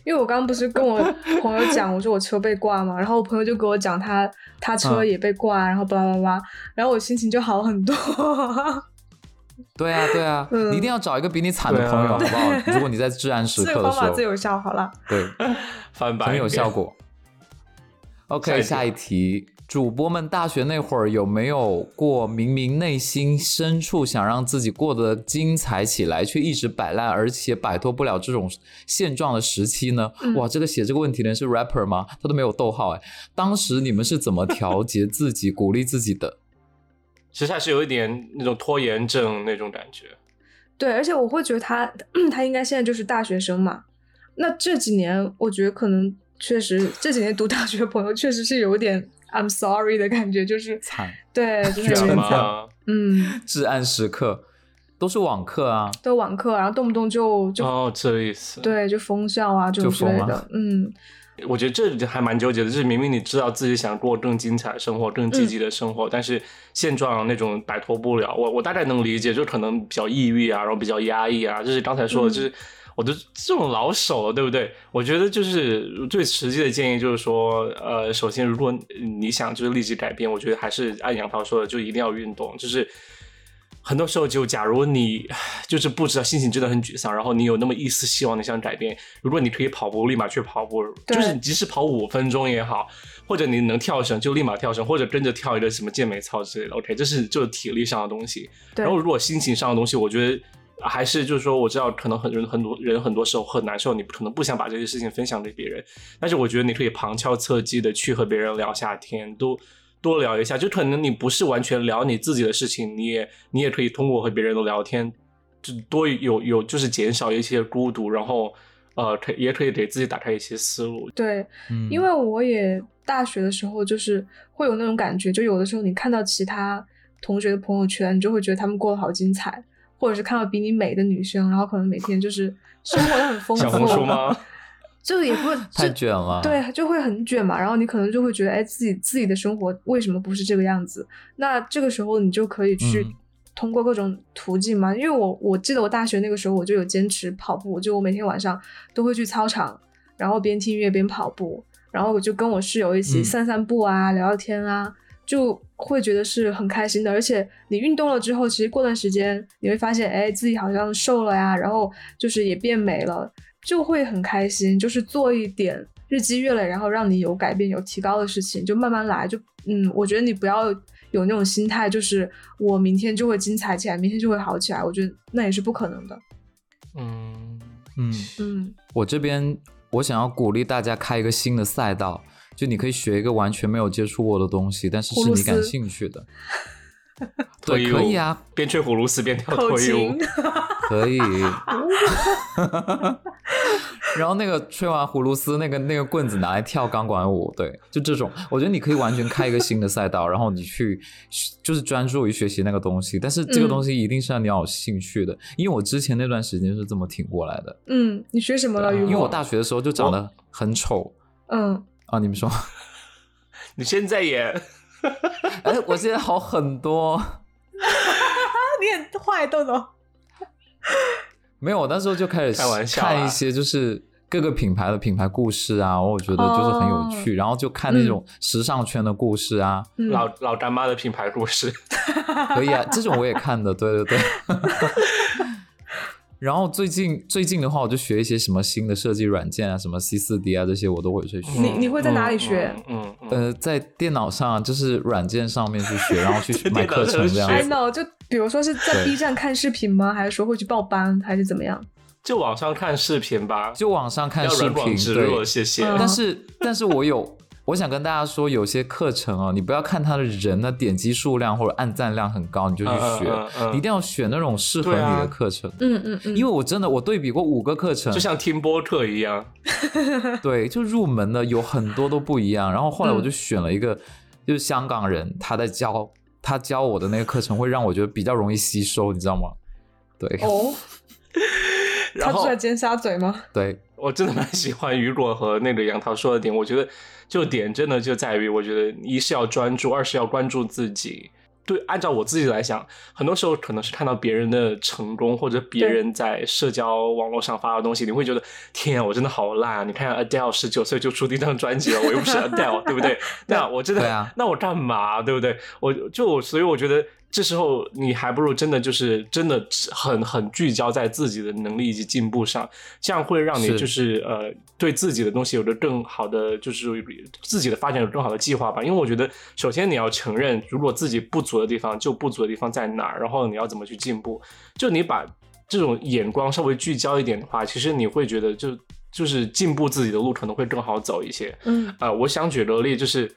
Speaker 3: 因为我刚刚不是跟我朋友讲，我说我车被挂嘛，然后我朋友就给我讲他他车
Speaker 1: 嗯
Speaker 3: 也被挂，然后巴拉巴拉，然后我心情就好很多。
Speaker 1: 对啊，对啊，
Speaker 3: 嗯
Speaker 1: 你一定要找一个比你惨的
Speaker 2: 对啊
Speaker 1: 朋友，好不好？如果你在至暗 时
Speaker 3: 这
Speaker 1: 刻
Speaker 3: 个
Speaker 1: 的
Speaker 3: 方
Speaker 1: 时
Speaker 3: 法
Speaker 1: 候，
Speaker 3: 最有效，好了，
Speaker 1: 对，
Speaker 2: 翻白
Speaker 1: 很有
Speaker 2: 眼
Speaker 1: 效果。OK，
Speaker 2: 下
Speaker 1: 下
Speaker 2: 一
Speaker 1: 一题，主播们大学那会儿有没有过明明内心深处想让自己过得精彩起来，却一直摆烂，而且摆脱不了这种现状的时期呢？
Speaker 3: 嗯
Speaker 1: 哇，这个写这个问题的人是 rapper 吗？他都没有逗号哎。当时你们是怎么调节自己、 鼓励自己的？
Speaker 2: 其实还是有一点那种拖延症那种感觉。
Speaker 3: 对，而且我会觉得他 他应该现在就是大学生嘛，那这几年我觉得可能确实这几年读大学的朋友确实是有点 I'm sorry 的感觉，就是
Speaker 1: 惨，
Speaker 3: 对，就是有
Speaker 2: 卷
Speaker 3: 点惨，
Speaker 2: 吗？
Speaker 3: 嗯，
Speaker 1: 至暗时刻都是网课啊。
Speaker 3: 都网课，然后动不动就就、
Speaker 2: 哦，这个意思。，
Speaker 3: 对就封校啊这种
Speaker 1: 就
Speaker 3: 之
Speaker 1: 疯
Speaker 3: 类
Speaker 1: 了
Speaker 3: 的，嗯，
Speaker 2: 我觉得这还蛮纠结的，就是明明你知道自己想过更精彩的生活、更积极的生活，但是现状那种摆脱不了。我我大概能理解，就可能比较抑郁啊，然后比较压抑啊，就是刚才说的，
Speaker 3: 嗯
Speaker 2: 就是。我都这种老手了，对不对？我觉得就是最实际的建议就是说，呃，首先如果你想就是立即改变，我觉得还是按杨桃说的，就一定要运动。就是很多时候，就假如你唉就是不知道心情真的很沮丧，然后你有那么一丝希望你想改变，如果你可以跑步，立马去跑步，
Speaker 3: 对
Speaker 2: 就是即使跑五分钟也好，或者你能跳绳就立马跳绳，或者跟着跳一个什么健美操之类的。OK，这是就是体力上的东西。
Speaker 3: 对
Speaker 2: 然，后如果心情上的东西，我觉得还是就是说，我知道可能很人很多人很多时候很难受，你可能不想把这些事情分享给别人，但是我觉得你可以旁敲侧击的去和别人聊下天，多多聊一下，就可能你不是完全聊你自己的事情，你也你也可以通过和别人的聊天，就多有有就是减少一些孤独，然后呃，可也可以给自己打开一些思路。
Speaker 3: 对，
Speaker 1: 嗯，
Speaker 3: 因为我也大学的时候就是会有那种感觉，就有的时候你看到其他同学的朋友圈，你就会觉得他们过得好精彩，或者是看到比你美的女生，然后可能每天就是生活 的很丰富。
Speaker 2: 小红书吗？
Speaker 3: 就也不会
Speaker 1: 太
Speaker 3: 就
Speaker 1: 卷了。
Speaker 3: 对，就会很卷嘛。然后你可能就会觉得，哎，自己自己的生活为什么不是这个样子？那这个时候你就可以去
Speaker 1: 嗯
Speaker 3: 通过各种途径嘛。因为我我记得我大学那个时候我就有坚持跑步，就我每天晚上都会去操场。然后边听音乐边跑步，然后我就跟我室友一起
Speaker 1: 嗯
Speaker 3: 散散步啊、聊聊天啊，就会觉得是很开心的。而且你运动了之后，其实过段时间你会发现，哎，自己好像瘦了呀，然后就是也变美了，就会很开心。就是做一点日积月累，然后让你有改变、有提高的事情，就慢慢来。就嗯，我觉得你不要有那种心态，就是我明天就会精彩起来，明天就会好起来。我觉得那也是不可能的。
Speaker 2: 嗯，
Speaker 1: 嗯，
Speaker 3: 嗯，
Speaker 1: 我这边我想要鼓励大家开一个新的赛道，就你可以学一个完全没有接触过的东西，但是是
Speaker 3: 葫芦
Speaker 1: 你
Speaker 3: 丝
Speaker 1: 感兴趣的。
Speaker 2: 脱
Speaker 1: 对，
Speaker 2: 衣
Speaker 1: 可
Speaker 2: 舞
Speaker 1: 以啊，，
Speaker 2: 边吹葫芦丝边跳
Speaker 3: 口
Speaker 2: 脱衣舞
Speaker 3: 琴，，
Speaker 1: 可 以。然后那个吹完葫芦丝，那个那个棍子拿来跳钢管舞，对，就这种，我觉得你可以完全开一个新的赛道，然后你去就是专注于学习那个东西，但是这个
Speaker 3: 嗯
Speaker 1: 东西一定是让你要有兴趣的，因为我之前那段时间是这么挺过来的，
Speaker 3: 嗯，你学什么了？
Speaker 2: 对啊
Speaker 3: 雨
Speaker 1: 因为
Speaker 3: 果
Speaker 1: 我大学的时候就长得很丑
Speaker 3: 嗯，
Speaker 1: 啊，你们说，
Speaker 2: 你现在也
Speaker 1: 哎，我现在好很多。
Speaker 3: 你很坏，豆豆。
Speaker 1: 没有，我那时候就开始
Speaker 2: 开玩笑啊
Speaker 1: 看一些就是各个品牌的品牌故事啊，我觉得就是很有
Speaker 3: 哦
Speaker 1: 趣，然后就看那种时尚圈的故事啊，
Speaker 3: 嗯，
Speaker 2: 老老干妈的品牌故事，
Speaker 1: 可 以啊，这种我也看的，对对对。然后最近最近的话，我就学一些什么新的设计软件啊，什么 C 四 D 啊这些，我都会去学。
Speaker 3: 你你会在哪里学
Speaker 2: 嗯？嗯，嗯
Speaker 1: 呃，在电脑上就是软件上面去学，然后去
Speaker 2: 在
Speaker 1: 买
Speaker 2: 电脑
Speaker 1: 课程
Speaker 2: 上
Speaker 1: 这样
Speaker 2: 学
Speaker 3: I
Speaker 1: 子。
Speaker 3: know，就比如说是在
Speaker 1: 对
Speaker 3: B 站看视频吗？还是说会去报班，还是怎么样？
Speaker 2: 就网上看视频吧，
Speaker 1: 就网上看
Speaker 2: 要
Speaker 1: 视
Speaker 2: 软广
Speaker 1: 频，
Speaker 2: 植
Speaker 1: 对
Speaker 2: 入，，谢谢。
Speaker 3: 嗯
Speaker 1: 但是，但是我有，我想跟大家说，有些课程哦，你不要看他的人的点击数量或者按赞量很高，你就去
Speaker 2: 嗯
Speaker 1: 学，
Speaker 2: 嗯嗯嗯
Speaker 1: 你一定要选那种适合
Speaker 2: 对
Speaker 1: 你
Speaker 2: 啊
Speaker 1: 的课程。
Speaker 3: 嗯嗯嗯，
Speaker 1: 因
Speaker 3: 为
Speaker 1: 为我真的我对比过五个课程
Speaker 2: 就，像听播客一样，
Speaker 1: 对，就入门的有很多都不一样。然后后来我就选了一
Speaker 2: 嗯
Speaker 1: 个，就是香港人他在教他教我的那个课程，会让我觉得比较容易吸收，你知道吗？对、
Speaker 3: 哦，他
Speaker 2: 然
Speaker 3: 住
Speaker 2: 后
Speaker 3: 在尖沙咀吗？
Speaker 1: 对，
Speaker 2: 我真的蛮喜欢雨果和那个杨桃说的点，我觉得就点真的就在于，我觉得一是要专注，二是要关注自己。对，按照我自己来讲，很多时候可能是看到别人的成功或者别
Speaker 3: 对
Speaker 2: 人在社交网络上发的东西，你会觉得天啊，我真的好烂！你看 Adele 十九岁就出第一张专辑了，我又不是 Adele，对不对？那我真的，
Speaker 1: 对啊
Speaker 2: 那我干嘛，对不对？我就我，所以我觉得这时候你还不如真的就是真的很很聚焦在自己的能力以及进步上，这样会让你
Speaker 1: 是
Speaker 2: 就是呃对自己的东西有着更好的就是自己的发展有更好的计划吧。因为我觉得，首先你要承认，如果自己不足的地方，就不足的地方在哪儿，然后你要怎么去进步。就你把这种眼光稍微聚焦一点的话，其实你会觉得就就是进步自己的路可能会更好走一些。
Speaker 3: 嗯
Speaker 2: 呃，我想举个例，就是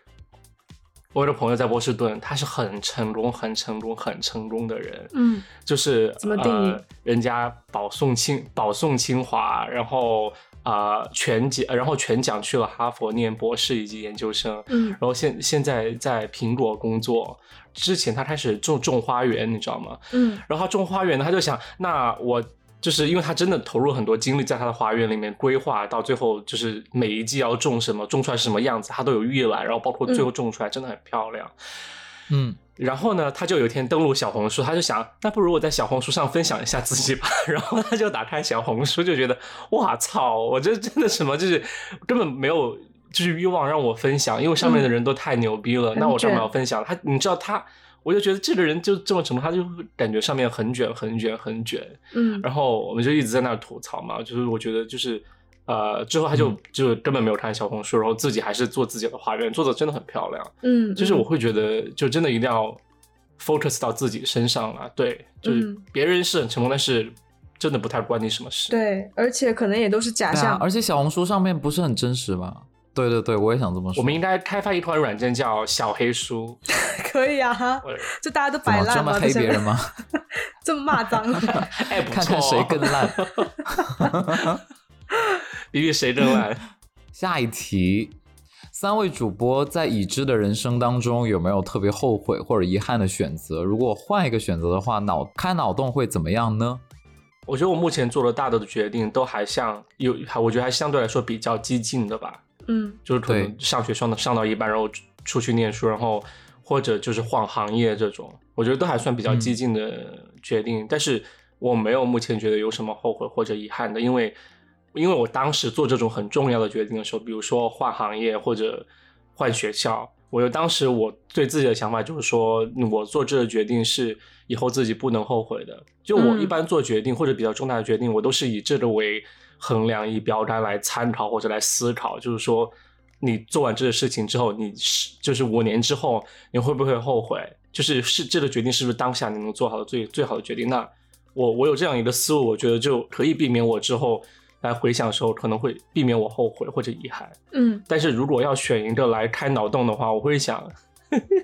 Speaker 2: 我有个朋友在波士顿，他是很成功、很成功、很成功的人，
Speaker 3: 嗯
Speaker 2: 就是
Speaker 3: 怎么定义
Speaker 2: 呃、人家保送清保送清华，然后啊、呃全奖，然后全奖去了哈佛念博士以及研究生，
Speaker 3: 嗯
Speaker 2: 然后现现在在苹果工作。之前他开始种种花园，你知道吗？
Speaker 3: 嗯
Speaker 2: 然后他种花园呢，他就想，那我就是因为他真的投入很多精力在他的花园里面规划，到最后就是每一季要种什么，种出来是什么样子，他都有预览，然后包括
Speaker 3: 嗯
Speaker 2: 最后种出来真的很漂亮。
Speaker 1: 嗯，
Speaker 2: 然后呢，他就有一天登录小红书，他就想，那不如我在小红书上分享一下自己吧。 然后他就打开小红书，就觉得，哇操，我这真的什么，就是根本没有，就是欲望让我分享，因为上面的人都太牛逼了，
Speaker 3: 很
Speaker 2: 那我干嘛要分享？他，你知道他，我就觉得这个人就这么成功，他就感觉上面很卷，很卷，很卷。
Speaker 3: 嗯
Speaker 2: 然后我们就一直在那儿吐槽嘛，就是我觉得就是呃，之后他就、
Speaker 1: 嗯
Speaker 2: 就根本没有看小红书，然后自己还是做自己的花园，做的真的很漂亮。
Speaker 3: 嗯，
Speaker 2: 就是我会觉得，就真的一定要 focus 到自己身上啊。对，就是
Speaker 3: 嗯
Speaker 2: 别人是很成功，但是真的不太关你什么事。
Speaker 3: 对，而且可能也都是假
Speaker 1: 对啊
Speaker 3: 象，
Speaker 1: 而且小红书上面不是很真实吧？对对对，我也想这么说。
Speaker 2: 我们应该开发一款软件叫小黑书，
Speaker 3: 可以啊，哈
Speaker 2: 我
Speaker 3: 就大家都
Speaker 1: 怎
Speaker 3: 摆
Speaker 1: 么
Speaker 3: 烂
Speaker 1: 专
Speaker 3: 嘛，
Speaker 1: 门
Speaker 3: 这
Speaker 1: 黑
Speaker 3: 些
Speaker 1: 别人
Speaker 3: 人
Speaker 1: 吗？
Speaker 3: 这么骂脏了，
Speaker 2: 哎，不
Speaker 1: 看
Speaker 2: 错、
Speaker 1: 看
Speaker 2: 哦，
Speaker 1: 谁 更烂。
Speaker 2: 比比谁更烂。
Speaker 1: 下一题，三位主播在已知的人生当中有没有特别后悔或者遗憾的选择？如果换一个选择的话，脑开脑洞会怎么样呢？
Speaker 2: 我觉得我目前做的大的决定都还像有，还我觉得还相对来说比较激进的吧。
Speaker 3: 嗯
Speaker 2: 就是可能
Speaker 1: 对
Speaker 2: 上学上到上到一半，然后出出去念书，然后或者就是换行业这种，我觉得都还算比较
Speaker 1: 嗯
Speaker 2: 激进的决定。但是我没有目前觉得有什么后悔或者遗憾的，因为因为我当时做这种很重要的决定的时候，比如说换行业或者换学校，我有当时我对自己的想法就是说，嗯我做这个决定是以后自己不能后悔的。就我
Speaker 3: 嗯
Speaker 2: 一般做决定或者比较重大的决定，我都是以这个为衡量以标杆来参考或者来思考，就是说你做完这个事情之后，你是就是五年之后你会不会后悔？就是是这个决定是不是当下你能做好的最最好的决定？那我我有这样一个思路，我觉得就可以避免我之后来回想的时候可能会避免我后悔或者遗憾。
Speaker 3: 嗯，
Speaker 2: 但是如果要选一个来开脑洞的话，我会想，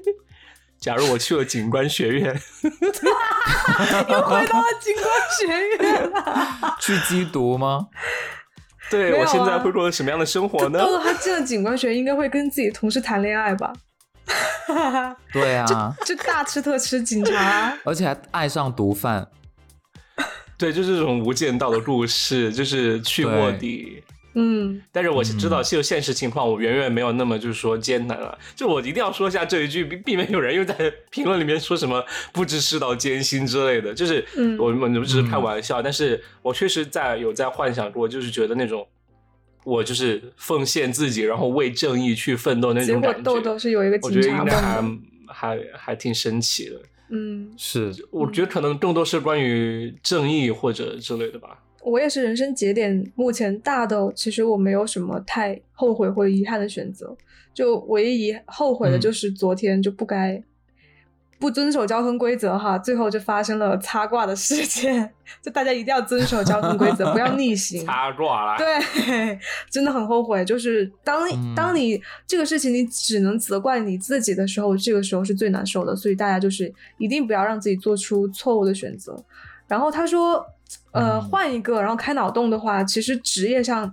Speaker 2: 假如我去了警官学院，
Speaker 3: 又回到了警官学院了。
Speaker 1: 去缉毒吗？
Speaker 2: 对、
Speaker 3: 没有啊
Speaker 2: 我现在会过什么样的生活呢
Speaker 3: 到？了他进了警官学院，应该会跟自己同事谈恋爱吧？
Speaker 1: 对啊，
Speaker 3: 就大吃特吃警察。
Speaker 1: 而且还爱上毒贩。
Speaker 2: 对，就是这种无间道的故事，就是去卧底。
Speaker 3: 嗯，
Speaker 2: 但是我知道，就现实情况，我远远没有那么就是说艰难了。就我一定要说一下这一句，避避免有人又在 评论里面说什么不知世道艰辛之类的。就是
Speaker 3: 嗯
Speaker 2: 我们只是开玩笑，但是我确实在有在幻想过，就是觉得那种我就是奉献自己，然后为正义去奋斗那
Speaker 3: 结
Speaker 2: 种
Speaker 3: 果
Speaker 2: 感觉。
Speaker 3: 豆豆是有一个
Speaker 2: 我
Speaker 3: 警
Speaker 2: 觉得
Speaker 3: 察
Speaker 2: 应
Speaker 3: 梦
Speaker 2: 该还
Speaker 3: 的。
Speaker 2: 还还挺神奇的。
Speaker 3: 嗯，
Speaker 1: 是，
Speaker 2: 我觉得可能更多是关于正义或者之类的吧。
Speaker 3: 我也是人生节点，目前大豆其实我没有什么太后悔或者遗憾的选择，就唯一遗后悔的
Speaker 1: 嗯
Speaker 3: 就是昨天就不该、不遵守交通规则哈，最后就发生了擦挂的事件， 就大家一定要遵守交通规则，不要逆行。
Speaker 2: 八卦啦，
Speaker 3: 对， 真的很后悔。就是当、
Speaker 1: 嗯
Speaker 3: 当你这个事情你只能责怪你自己的时候，这个时候是最难受的。所以大家就是一定不要让自己做出错误的选择。然后他说，呃，
Speaker 1: 嗯
Speaker 3: 换一个，然后开脑洞的话，其实职业上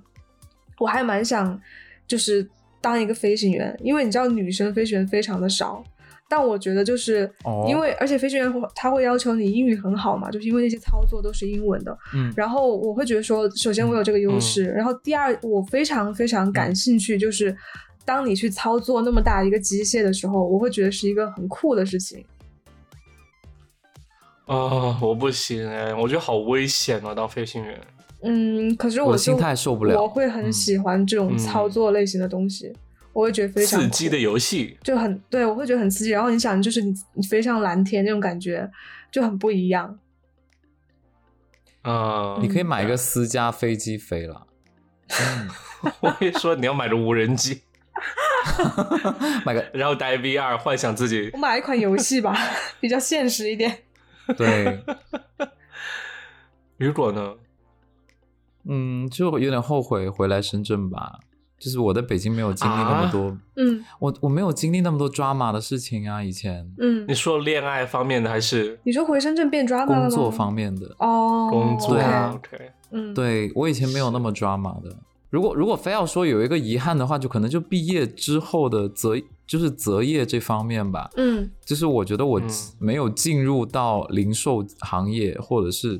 Speaker 3: 我还蛮想就是当一个飞行员，因为你知道女生飞行员非常的少。但我觉得就是
Speaker 1: 哦
Speaker 3: 因为，而且飞行员会他会要求你英语很好嘛，就是因为那些操作都是英文的，
Speaker 1: 嗯，
Speaker 3: 然后我会觉得说，首先我有这个优势，然后第二，我非常非常
Speaker 1: 嗯
Speaker 3: 感兴趣，就是当你去操作那么大一个机械的时候，我会觉得是一个很酷的事情。
Speaker 2: 啊、我不行哎，我觉得好危险啊，当飞行员。
Speaker 3: 嗯，可是
Speaker 1: 我
Speaker 3: 就
Speaker 1: 的心态受不
Speaker 3: 我
Speaker 1: 了。
Speaker 3: 会很喜欢这种
Speaker 2: 嗯
Speaker 3: 操作类型的东西，我会觉得非常
Speaker 2: 刺
Speaker 3: 酷
Speaker 2: 激的游戏，
Speaker 3: 就很对我会觉得很刺激。然后你想，就是你你飞上蓝天那种感觉就很不一样。
Speaker 2: 啊、
Speaker 1: 你可以买一个私家飞机飞 了，
Speaker 2: 我会说你要买个无人机，
Speaker 1: 买个
Speaker 2: 然后戴 VR 幻想自己
Speaker 3: 我买一款游戏吧， 比较现实一点。
Speaker 1: 对，
Speaker 2: 雨果呢？
Speaker 1: 嗯，就有点后悔回来深圳吧。就是我在北京没有经历那么
Speaker 2: 啊
Speaker 1: 多，
Speaker 3: 嗯
Speaker 1: 我我没有经历那么多 drama 的事情啊。以前
Speaker 3: 嗯
Speaker 2: 你，说恋爱方面的还是
Speaker 3: 你说回深圳变 drama 了吗？
Speaker 1: 工作方面的，
Speaker 3: 哦，
Speaker 2: 工作、
Speaker 1: 对
Speaker 3: OK
Speaker 1: 啊
Speaker 2: OK，
Speaker 3: 嗯，
Speaker 1: 对我以前没有那么 drama 的。如果如果非要说有一个遗憾的话，就可能就毕业之后的择就是择业这方面吧。
Speaker 3: 嗯。
Speaker 1: 就是我觉得我
Speaker 2: 嗯
Speaker 1: 没有进入到零售行业，或者是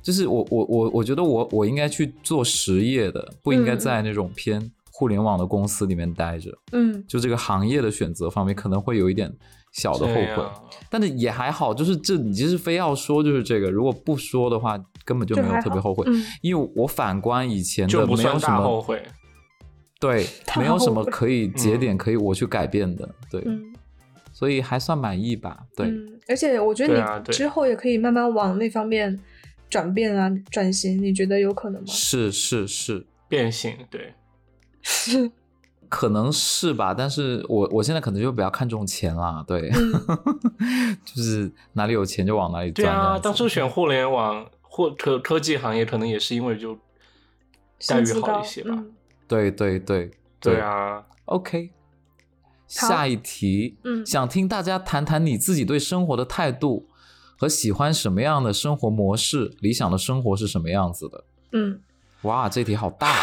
Speaker 1: 就是我我我我觉得我我应该去做实业的，不应该
Speaker 3: 嗯嗯
Speaker 1: 在那种偏互联网的公司里面待着。
Speaker 3: 嗯
Speaker 1: 就这个行业的选择方面，可能会有一点小的后
Speaker 2: 这
Speaker 1: 悔。
Speaker 2: 样
Speaker 1: 但是也还好，就是这你其实非要说就是这个，如果不说的话，根本就没
Speaker 3: 就还
Speaker 1: 有
Speaker 3: 好
Speaker 1: 特别后悔，
Speaker 3: 嗯
Speaker 1: 因为我反观以前
Speaker 2: 就
Speaker 1: 的
Speaker 2: 不
Speaker 1: 没有
Speaker 2: 算
Speaker 1: 什
Speaker 2: 大后嗯
Speaker 1: 么
Speaker 2: 悔。
Speaker 1: 对，
Speaker 3: 大
Speaker 1: 没有什
Speaker 3: 后
Speaker 1: 么
Speaker 3: 悔
Speaker 1: 可以节点可以我去改变的，对，
Speaker 3: 嗯，
Speaker 1: 所以还算满意吧，对，
Speaker 3: 嗯，而且我觉
Speaker 2: 对啊
Speaker 3: 得你
Speaker 2: 对
Speaker 3: 之后也可以慢慢往那方面转变啊，转型，你觉得有可能吗？
Speaker 1: 是是是，
Speaker 2: 变形，对，
Speaker 3: 是，
Speaker 1: 可能是吧，但是我我现在可能就比较看重钱啦，对，
Speaker 3: 嗯
Speaker 1: 就是哪里有钱就往哪里
Speaker 2: 对
Speaker 1: 钻，
Speaker 2: 啊，
Speaker 1: 这样
Speaker 2: 当
Speaker 1: 子
Speaker 2: 初选互联网或科科技行业，可能也是因为就待
Speaker 3: 薪
Speaker 2: 遇
Speaker 3: 资
Speaker 2: 好
Speaker 3: 高
Speaker 2: 一些，吧。
Speaker 3: 嗯
Speaker 1: 对对对
Speaker 2: 对啊，
Speaker 1: OK，下一题，
Speaker 3: 嗯
Speaker 1: 想听大家谈谈你自己对生活的态度和喜欢什么样的生活模式，理想的生活是什么样子的？
Speaker 3: 嗯，
Speaker 1: 哇，这题好大哦，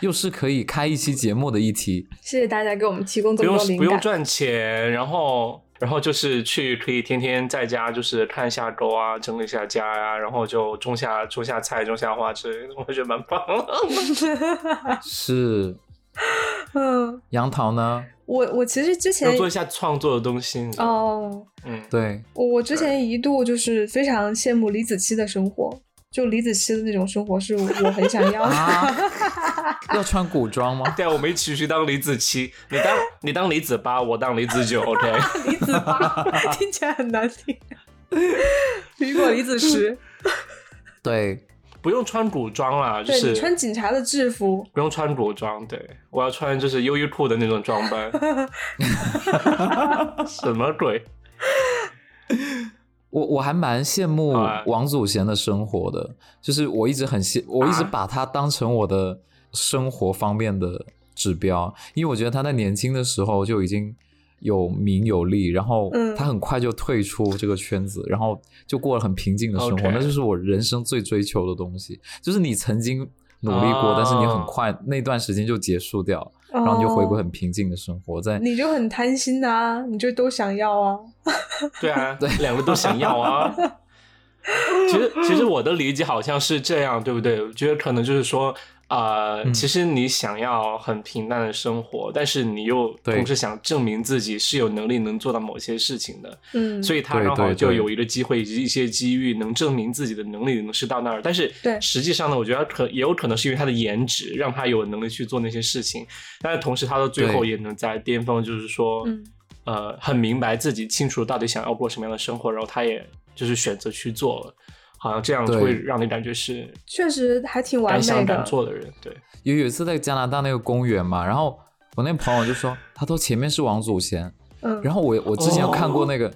Speaker 1: 又是可以开一期节目的一题。
Speaker 3: 谢谢大家给我们提供
Speaker 2: 不
Speaker 3: 这么
Speaker 2: 用
Speaker 3: 多灵
Speaker 2: 不用
Speaker 3: 感，
Speaker 2: 赚钱，然后然后就是去可以天天在家就是看一下狗啊，整理一下家呀、然后就种下种下菜、种下花之类的，我觉得蛮棒。
Speaker 1: 是
Speaker 3: 嗯，
Speaker 1: 杨桃呢？
Speaker 3: 我我其实之
Speaker 2: 要
Speaker 3: 前
Speaker 2: 做一下创作的东西，你知道吗
Speaker 3: 哦，
Speaker 2: 嗯，
Speaker 1: 对，
Speaker 3: 我我之前一度就是非常羡慕李子柒的生活，就李子柒的那种生活是我很想要
Speaker 2: 啊
Speaker 3: 的。
Speaker 1: 啊要穿古装吗？
Speaker 2: 对啊，我们一起去当李子柒，你当 你当李子八，我当李子九，OK。
Speaker 3: 李子八 听起来很难听， 雨果李子石，
Speaker 1: 对，
Speaker 2: 不用穿古装啦，就
Speaker 3: 对
Speaker 2: 是
Speaker 3: 你穿警察的制服，
Speaker 2: 不用穿古装，对我要穿就是优衣库的那种装 扮， 什么鬼？
Speaker 1: 我我还蛮羡慕
Speaker 2: 啊
Speaker 1: 王祖贤的生活的，就是我一直很羡，我一直
Speaker 2: 啊
Speaker 1: 把他当成我的生活方面的指标，因为我觉得他在年轻的时候就已经有名有利，然后
Speaker 3: 嗯
Speaker 1: 他很快就退出这个圈子，然后就过了很平静的生活
Speaker 2: OK
Speaker 1: 那就是我人生最追求的东西，就是你曾经。努力过，
Speaker 2: 哦
Speaker 1: 但是你很快那段时间就结束掉，然后你就回归很平静的生活。在
Speaker 3: 哦，你就很贪心呐、你就都想要啊。
Speaker 2: 对啊，两个都想要啊。其实，其实我的理解好像是这样，对不对？我觉得可能就是说，呃，
Speaker 1: 嗯
Speaker 2: 其实你想要很平淡的生活，但是你又
Speaker 1: 对
Speaker 2: 同时想证明自己是有能力能做到某些事情的，
Speaker 3: 嗯，
Speaker 2: 所以他
Speaker 1: 对
Speaker 2: 刚好
Speaker 1: 对
Speaker 2: 就
Speaker 1: 对
Speaker 2: 有一个机会以及一些机遇，能证明自己的能力能是到那儿。但是
Speaker 3: 对
Speaker 2: 实际上呢，我觉得可也有可能是因为他的颜值让他有能力去做那些事情，但是同时他到最后
Speaker 1: 对
Speaker 2: 也能在巅峰，就是说，
Speaker 3: 嗯
Speaker 2: 呃，很明白自己清楚到底想要过什么样的生活，然后他也就是选择去做了，好像这样
Speaker 1: 对
Speaker 2: 会让你感觉是
Speaker 3: 确实还挺完
Speaker 2: 敢想
Speaker 3: 美
Speaker 2: 敢
Speaker 3: 的。
Speaker 2: 做的人，对，
Speaker 1: 有有一次在加拿大那个公园嘛，然后我那朋友就说，他说前面是王祖贤，
Speaker 3: 嗯，哦
Speaker 1: 然后我我之前有看过那个，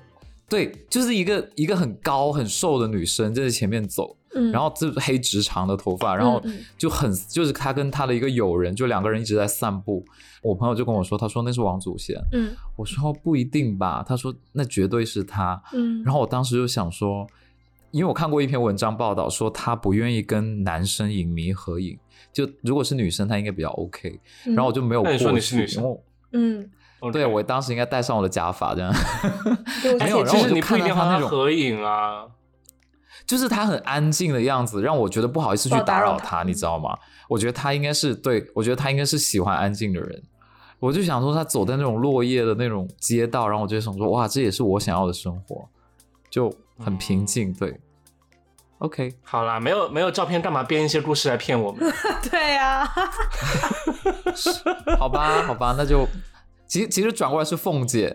Speaker 1: 对，就是一个一个很高很瘦的女生就在前面走，
Speaker 3: 嗯
Speaker 1: 然后这黑直长的头发，然后
Speaker 3: 嗯
Speaker 1: 就很就是她跟她的一个友人，就两个人一直在散步，我朋友就跟我说，他说那是王祖贤，
Speaker 3: 嗯
Speaker 1: 我说哦不一定吧，他说那绝对是她，
Speaker 3: 嗯，
Speaker 1: 然后我当时就想说，因为我看过一篇文章报道说她不愿意跟男生影迷合影，就如果是女生她应该比较 OK，
Speaker 3: 嗯
Speaker 1: 然后我就没有过
Speaker 2: 那你
Speaker 1: 去，
Speaker 2: 说你是女生
Speaker 1: 因为我
Speaker 3: 嗯，
Speaker 1: 对我当时应该戴上我的假发这样，
Speaker 3: 对我
Speaker 1: 没有然
Speaker 3: 觉得
Speaker 2: 其
Speaker 1: 后我
Speaker 2: 实
Speaker 1: 就
Speaker 2: 你不一定要
Speaker 1: 看到他
Speaker 2: 和
Speaker 1: 那种
Speaker 2: 合影啊，
Speaker 1: 就是她很安静的样子，让我觉得不好意思去
Speaker 3: 不好打
Speaker 1: 打
Speaker 3: 扰
Speaker 1: 扰
Speaker 3: 她嗯
Speaker 1: 她，你知道吗？我觉得她应该是对，我觉得她应该是喜欢安静的人。我就想说，她走在那种落叶的那种街道，然后我就想说，哇，这也是我想要的生活，就很平
Speaker 2: 嗯
Speaker 1: 静。对，OK，
Speaker 2: 好啦，没有没有照片，干嘛编一些故事来骗我们？
Speaker 3: 对呀、啊，
Speaker 1: 好吧，好吧，那就其实其实转过来是凤姐，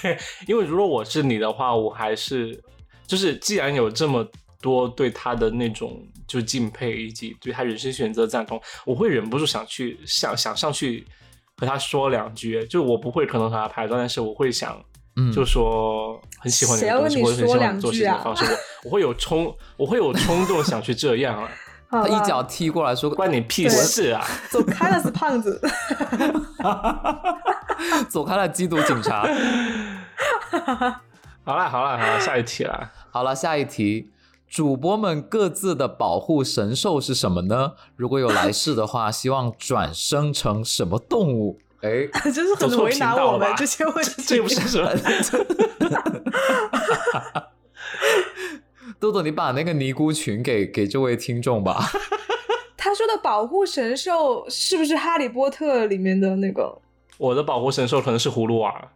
Speaker 2: 对，因为如果我是你的话，我还是就是既然有这么多对他的那种就敬佩以及对他人生选择的赞同，我会忍不住想去想想上去和他说两句，就我不会可能和他拍照，但是我会想。
Speaker 1: 嗯，
Speaker 2: 就说很喜欢你
Speaker 3: 谁
Speaker 2: 的
Speaker 3: 要
Speaker 2: 东
Speaker 3: 跟
Speaker 2: 西，
Speaker 3: 你
Speaker 2: 或者很喜
Speaker 3: 说
Speaker 2: 欢
Speaker 3: 两
Speaker 2: 你做事
Speaker 3: 句
Speaker 2: 情
Speaker 3: 啊
Speaker 2: 的方式，我我会有冲，我会有冲动想去这样啊，
Speaker 3: 好
Speaker 1: 她一
Speaker 3: 吧
Speaker 1: 脚踢过来说，
Speaker 2: 关 你屁事啊！
Speaker 3: 走开了，死胖子。
Speaker 1: 走开了，缉毒警察。
Speaker 2: 好啦好啦好啦，下一题 啦。
Speaker 1: 好了，下一题，主播们各自的保护神兽是什么呢？如果有来世的话，希望转生成什么动物？哎，
Speaker 3: 真是很为难我们这些问
Speaker 2: 这
Speaker 3: 题。
Speaker 2: 这不是什么，
Speaker 1: 豆豆，你把那个尼姑群给给这位听众吧。
Speaker 3: 他说的保护神兽是不是《哈利波特》里面的那个？
Speaker 2: 我的保护神兽可能是葫芦娃，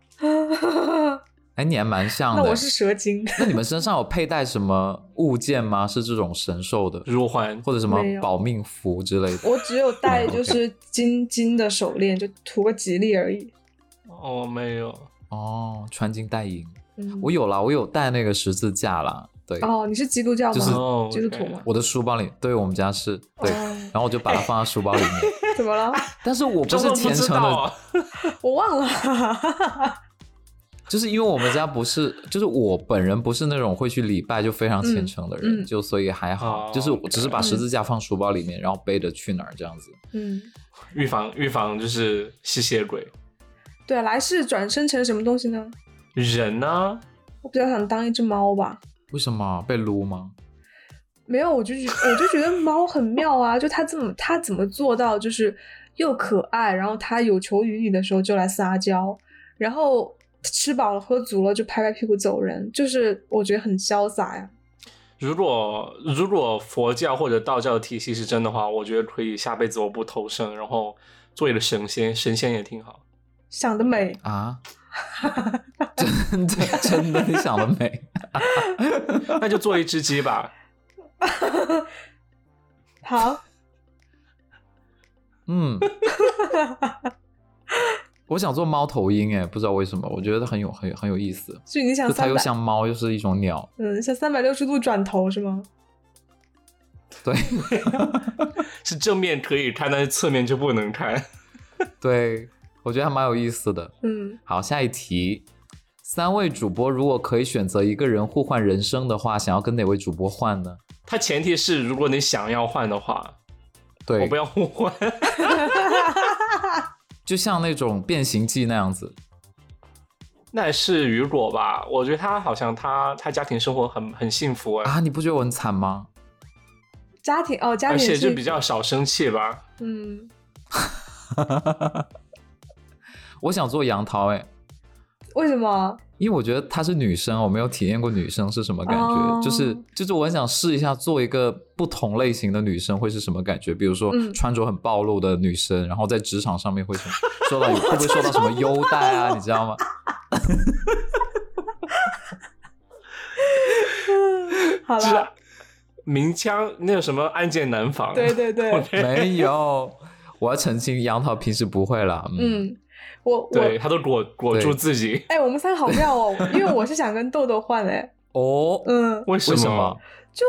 Speaker 1: 哎，你还蛮像
Speaker 3: 那
Speaker 1: 的
Speaker 3: 我。是蛇精，
Speaker 1: 那你们身上有佩戴什么物件吗？是这种神兽的，
Speaker 2: 如环
Speaker 1: 或者什么
Speaker 3: 没有
Speaker 1: 保命符之类的？
Speaker 3: 我只有
Speaker 1: 嗯
Speaker 3: 戴就是金金的手链，就图个吉利而已。
Speaker 2: 哦，没有，
Speaker 1: 哦，穿金戴银。
Speaker 3: 嗯，
Speaker 1: 我有啦，我有戴那个十字架啦。对，
Speaker 3: 哦，你是基督教吗？
Speaker 1: 就是
Speaker 2: 哦
Speaker 3: 基督徒吗？
Speaker 1: 我的书包里，对我们家是对，
Speaker 3: 哦
Speaker 1: 然后我就把它放在书包 里面。
Speaker 3: 怎么了？
Speaker 1: 但是我不啊是虔诚的，
Speaker 2: 的，
Speaker 3: 我忘了。
Speaker 1: 就是因为我们家不是，就是我本人不是那种会去礼拜就非常虔诚的人，
Speaker 3: 嗯嗯
Speaker 1: 就所以还好，
Speaker 2: 哦
Speaker 1: 就是我只是把十字架放书包里面，然后背着去哪儿这样子。
Speaker 3: 嗯，
Speaker 2: 预防预防就是吸血鬼
Speaker 3: 对，来世转生成什么东西呢？
Speaker 2: 人呢、
Speaker 3: 我比较想当一只猫吧。
Speaker 1: 为什么被撸吗？
Speaker 3: 没有，我就觉我就觉得猫很妙啊，就它这么它怎么做到就是又可爱，然后它有求于你的时候就来撒娇，然后吃饱了喝足了就拍拍屁股走人，就是我觉得很潇洒呀、
Speaker 2: 如果如果佛教或者道教的体系是真的话，我觉得可以下辈子我不投生，然后做一个神仙，神仙也挺好。
Speaker 3: 想得美，
Speaker 1: 啊？ 真的真的，你想得美！
Speaker 2: 那就做一只鸡吧，
Speaker 3: 好，
Speaker 1: 嗯， 我想做猫头鹰，哎，不知道为什么，我觉得很有很有很有意思，
Speaker 3: 所以你想
Speaker 1: 就它
Speaker 3: 三
Speaker 1: 又
Speaker 3: 百，
Speaker 1: 像猫，又是一种鸟，
Speaker 3: 嗯，想三百六十度转头是吗？
Speaker 1: 对
Speaker 2: 是正面可以看，但是侧面就不能看。
Speaker 1: 对，我觉得还蛮有意思的。
Speaker 3: 嗯，
Speaker 1: 好，下一题，三位主播如果可以选择一个人互换人生的话，想要跟哪位主播换呢？
Speaker 2: 它前提是如果你想要换的话，
Speaker 1: 对，
Speaker 2: 我不要互换。
Speaker 1: 就像那种变形记那样子，
Speaker 2: 那也是雨果吧？我觉得他好像他他家庭生活很很幸福哎，
Speaker 1: 啊，你不觉得我很惨吗？
Speaker 3: 家庭哦，家
Speaker 2: 而
Speaker 3: 庭
Speaker 2: 且
Speaker 3: 是
Speaker 2: 就比较少生气吧。
Speaker 3: 嗯，
Speaker 1: 我想做杨桃哎，
Speaker 3: 为什么？
Speaker 1: 因为我觉得她是女生，我没有体验过女生是什么感觉，
Speaker 3: 哦
Speaker 1: 就是就是我很想试一下做一个不同类型的女生会是什么感觉，比如说
Speaker 3: 嗯
Speaker 1: 穿着很暴露的女生，然后在职场上面会什么 受到会不会受到什么优待啊，你知道吗？
Speaker 3: 好
Speaker 2: 就是
Speaker 3: 了，
Speaker 2: 明枪那个什么暗箭难防，
Speaker 3: 对对对，
Speaker 1: 没有，我要澄清，杨桃平时不会啦，嗯，
Speaker 3: 嗯，我我
Speaker 2: 对，他都裹裹住自己。
Speaker 3: 哎、我们三个好妙哦，因为我是想跟豆豆换哎，
Speaker 1: 哦，
Speaker 3: 嗯，
Speaker 1: 为
Speaker 2: 为么？
Speaker 1: 什么？
Speaker 3: 就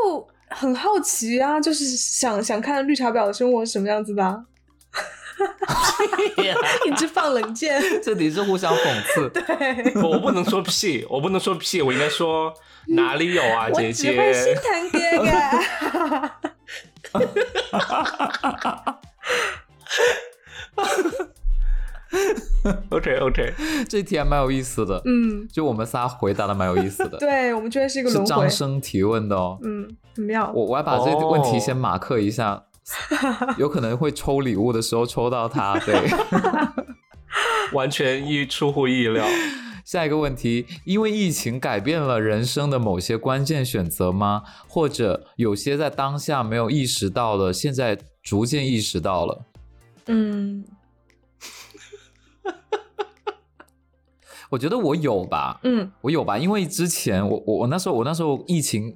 Speaker 3: 很好奇啊，就是想想看绿茶婊的生活是什么样子的啊、 一直放冷箭，
Speaker 1: 这里是互相讽刺，
Speaker 3: 对，
Speaker 2: 我我不能说屁，我不能说屁，我应该说哪里有啊，
Speaker 3: 我
Speaker 2: 姐
Speaker 3: 只会心
Speaker 2: 姐。
Speaker 3: 疼 哥哥。
Speaker 2: OK OK，
Speaker 1: 这题还蛮有意思的，
Speaker 3: 嗯，
Speaker 1: 就我们仨回答的蛮有意思的，
Speaker 3: 对，我们居然是一个
Speaker 1: 是
Speaker 3: 轮回
Speaker 1: 张，生提问的哦，
Speaker 3: 嗯，很妙。
Speaker 1: 我我要把这个问题
Speaker 2: 哦
Speaker 1: 先马克一下，有可能会抽礼物的时候抽到它。对，
Speaker 2: 完全意出乎意料。
Speaker 1: 下一个问题，因为疫情改变了人生的某些关键选择吗？或者有些在当下没有意识到的，现在逐渐意识到了？
Speaker 3: 嗯
Speaker 1: 我觉得我有吧，
Speaker 3: 嗯
Speaker 1: 我有吧，因为之前我我我那时候我那时候疫情，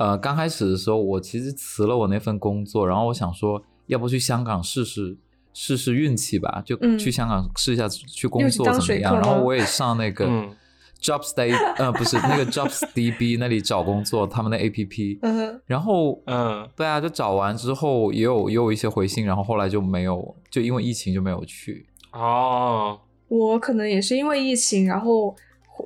Speaker 1: 呃，刚开始的时候，我其实辞了我那份工作，然后我想说，要不去香港试试试试运气吧，就
Speaker 3: 嗯
Speaker 1: 去香港试一下去工
Speaker 3: 又去
Speaker 1: 作
Speaker 3: 当
Speaker 1: 怎么
Speaker 3: 水
Speaker 1: 样。
Speaker 3: 客
Speaker 1: 然后
Speaker 3: 吗
Speaker 1: 我也上那个
Speaker 2: 嗯
Speaker 1: Jobs Day，、呃，不是那个 Jobs DB 那里找工作，他们的 APP，
Speaker 3: 嗯哼
Speaker 1: 然后。
Speaker 2: 嗯，
Speaker 1: 对啊，就找完之后也有也有一些回信，然后后来就没有，就因为疫情就没有去。
Speaker 2: 哦，
Speaker 3: 我可能也是因为疫情，然后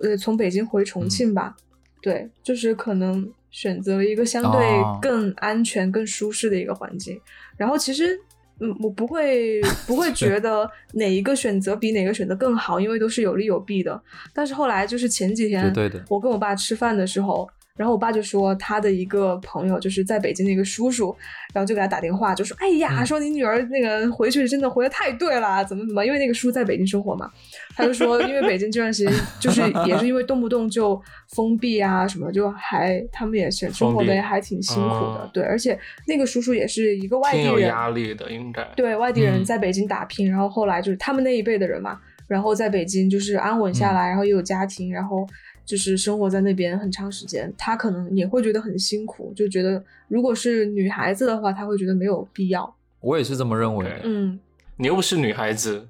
Speaker 3: 呃从北京回重
Speaker 1: 嗯
Speaker 3: 庆吧，对，就是可能选择了一个相对
Speaker 1: 哦
Speaker 3: 更安全、更舒适的一个环境。然后其实，嗯，我 不会不会觉得哪一个选择比哪个选择更好，因为都是有利有弊的。但是后来就是前几
Speaker 1: 绝
Speaker 3: 天，
Speaker 1: 对的，
Speaker 3: 我跟我爸吃饭的时候，然后我爸就说他的一个朋友就是在北京的一个叔叔，然后就给他打电话，就说：“哎呀，
Speaker 1: 嗯
Speaker 3: 说你女儿那个回去真的回的太对了，怎么怎么？因为那个叔在北京生活嘛，他就说因为北京这段时间就是 也是因为动不动就封闭啊什么，就还他们也是生活
Speaker 2: 封
Speaker 3: 的
Speaker 2: 闭
Speaker 3: 也还挺辛苦的，
Speaker 2: 嗯
Speaker 3: 对，而且那个叔叔也是一个外地
Speaker 2: 挺有
Speaker 3: 人，
Speaker 2: 压力的，应该。
Speaker 3: 对外地
Speaker 1: 嗯
Speaker 3: 人在北京打拼，然后后来就是他们那一辈的人嘛，然后在北京就是安稳
Speaker 2: 嗯
Speaker 3: 下来，然后也有家庭，然后就是生活在那边很长时间，他可能也会觉得很辛苦，就觉得如果是女孩子的话，他会觉得没有必要。
Speaker 1: 我也是这么认为的。
Speaker 2: OK
Speaker 3: 嗯，
Speaker 2: 你又不是女孩子，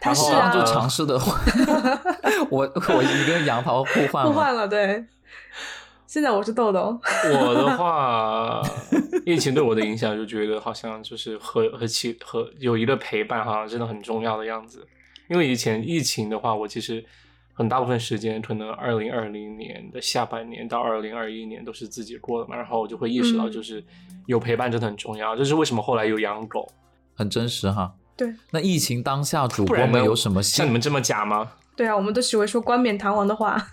Speaker 3: 他
Speaker 1: 然后
Speaker 3: 是
Speaker 1: 刚
Speaker 3: 啊，
Speaker 1: 刚就尝 试的，我我一个杨桃互换
Speaker 3: 互
Speaker 1: 嘛
Speaker 3: 换了，对。现在我是豆豆，
Speaker 2: 我的话，疫情对我的影响就觉得好像就是和和其和友谊的陪伴，好像真的很重要的样子。因为以前疫情的话，我其实很大部分时间，可能二零二零年的下半年到二零二一年都是自己过的嘛，然后我就会意识到，
Speaker 3: 嗯
Speaker 2: 就是有陪伴真的很重要。这是为什么后来有养狗，
Speaker 1: 很真实哈。
Speaker 3: 对
Speaker 1: 那疫情当下，主
Speaker 2: 不
Speaker 1: 播
Speaker 2: 然呢
Speaker 1: 们有什么
Speaker 2: 像你
Speaker 1: 新？
Speaker 2: 们这么假吗？
Speaker 3: 对啊，我们都喜欢说冠冕堂皇的话。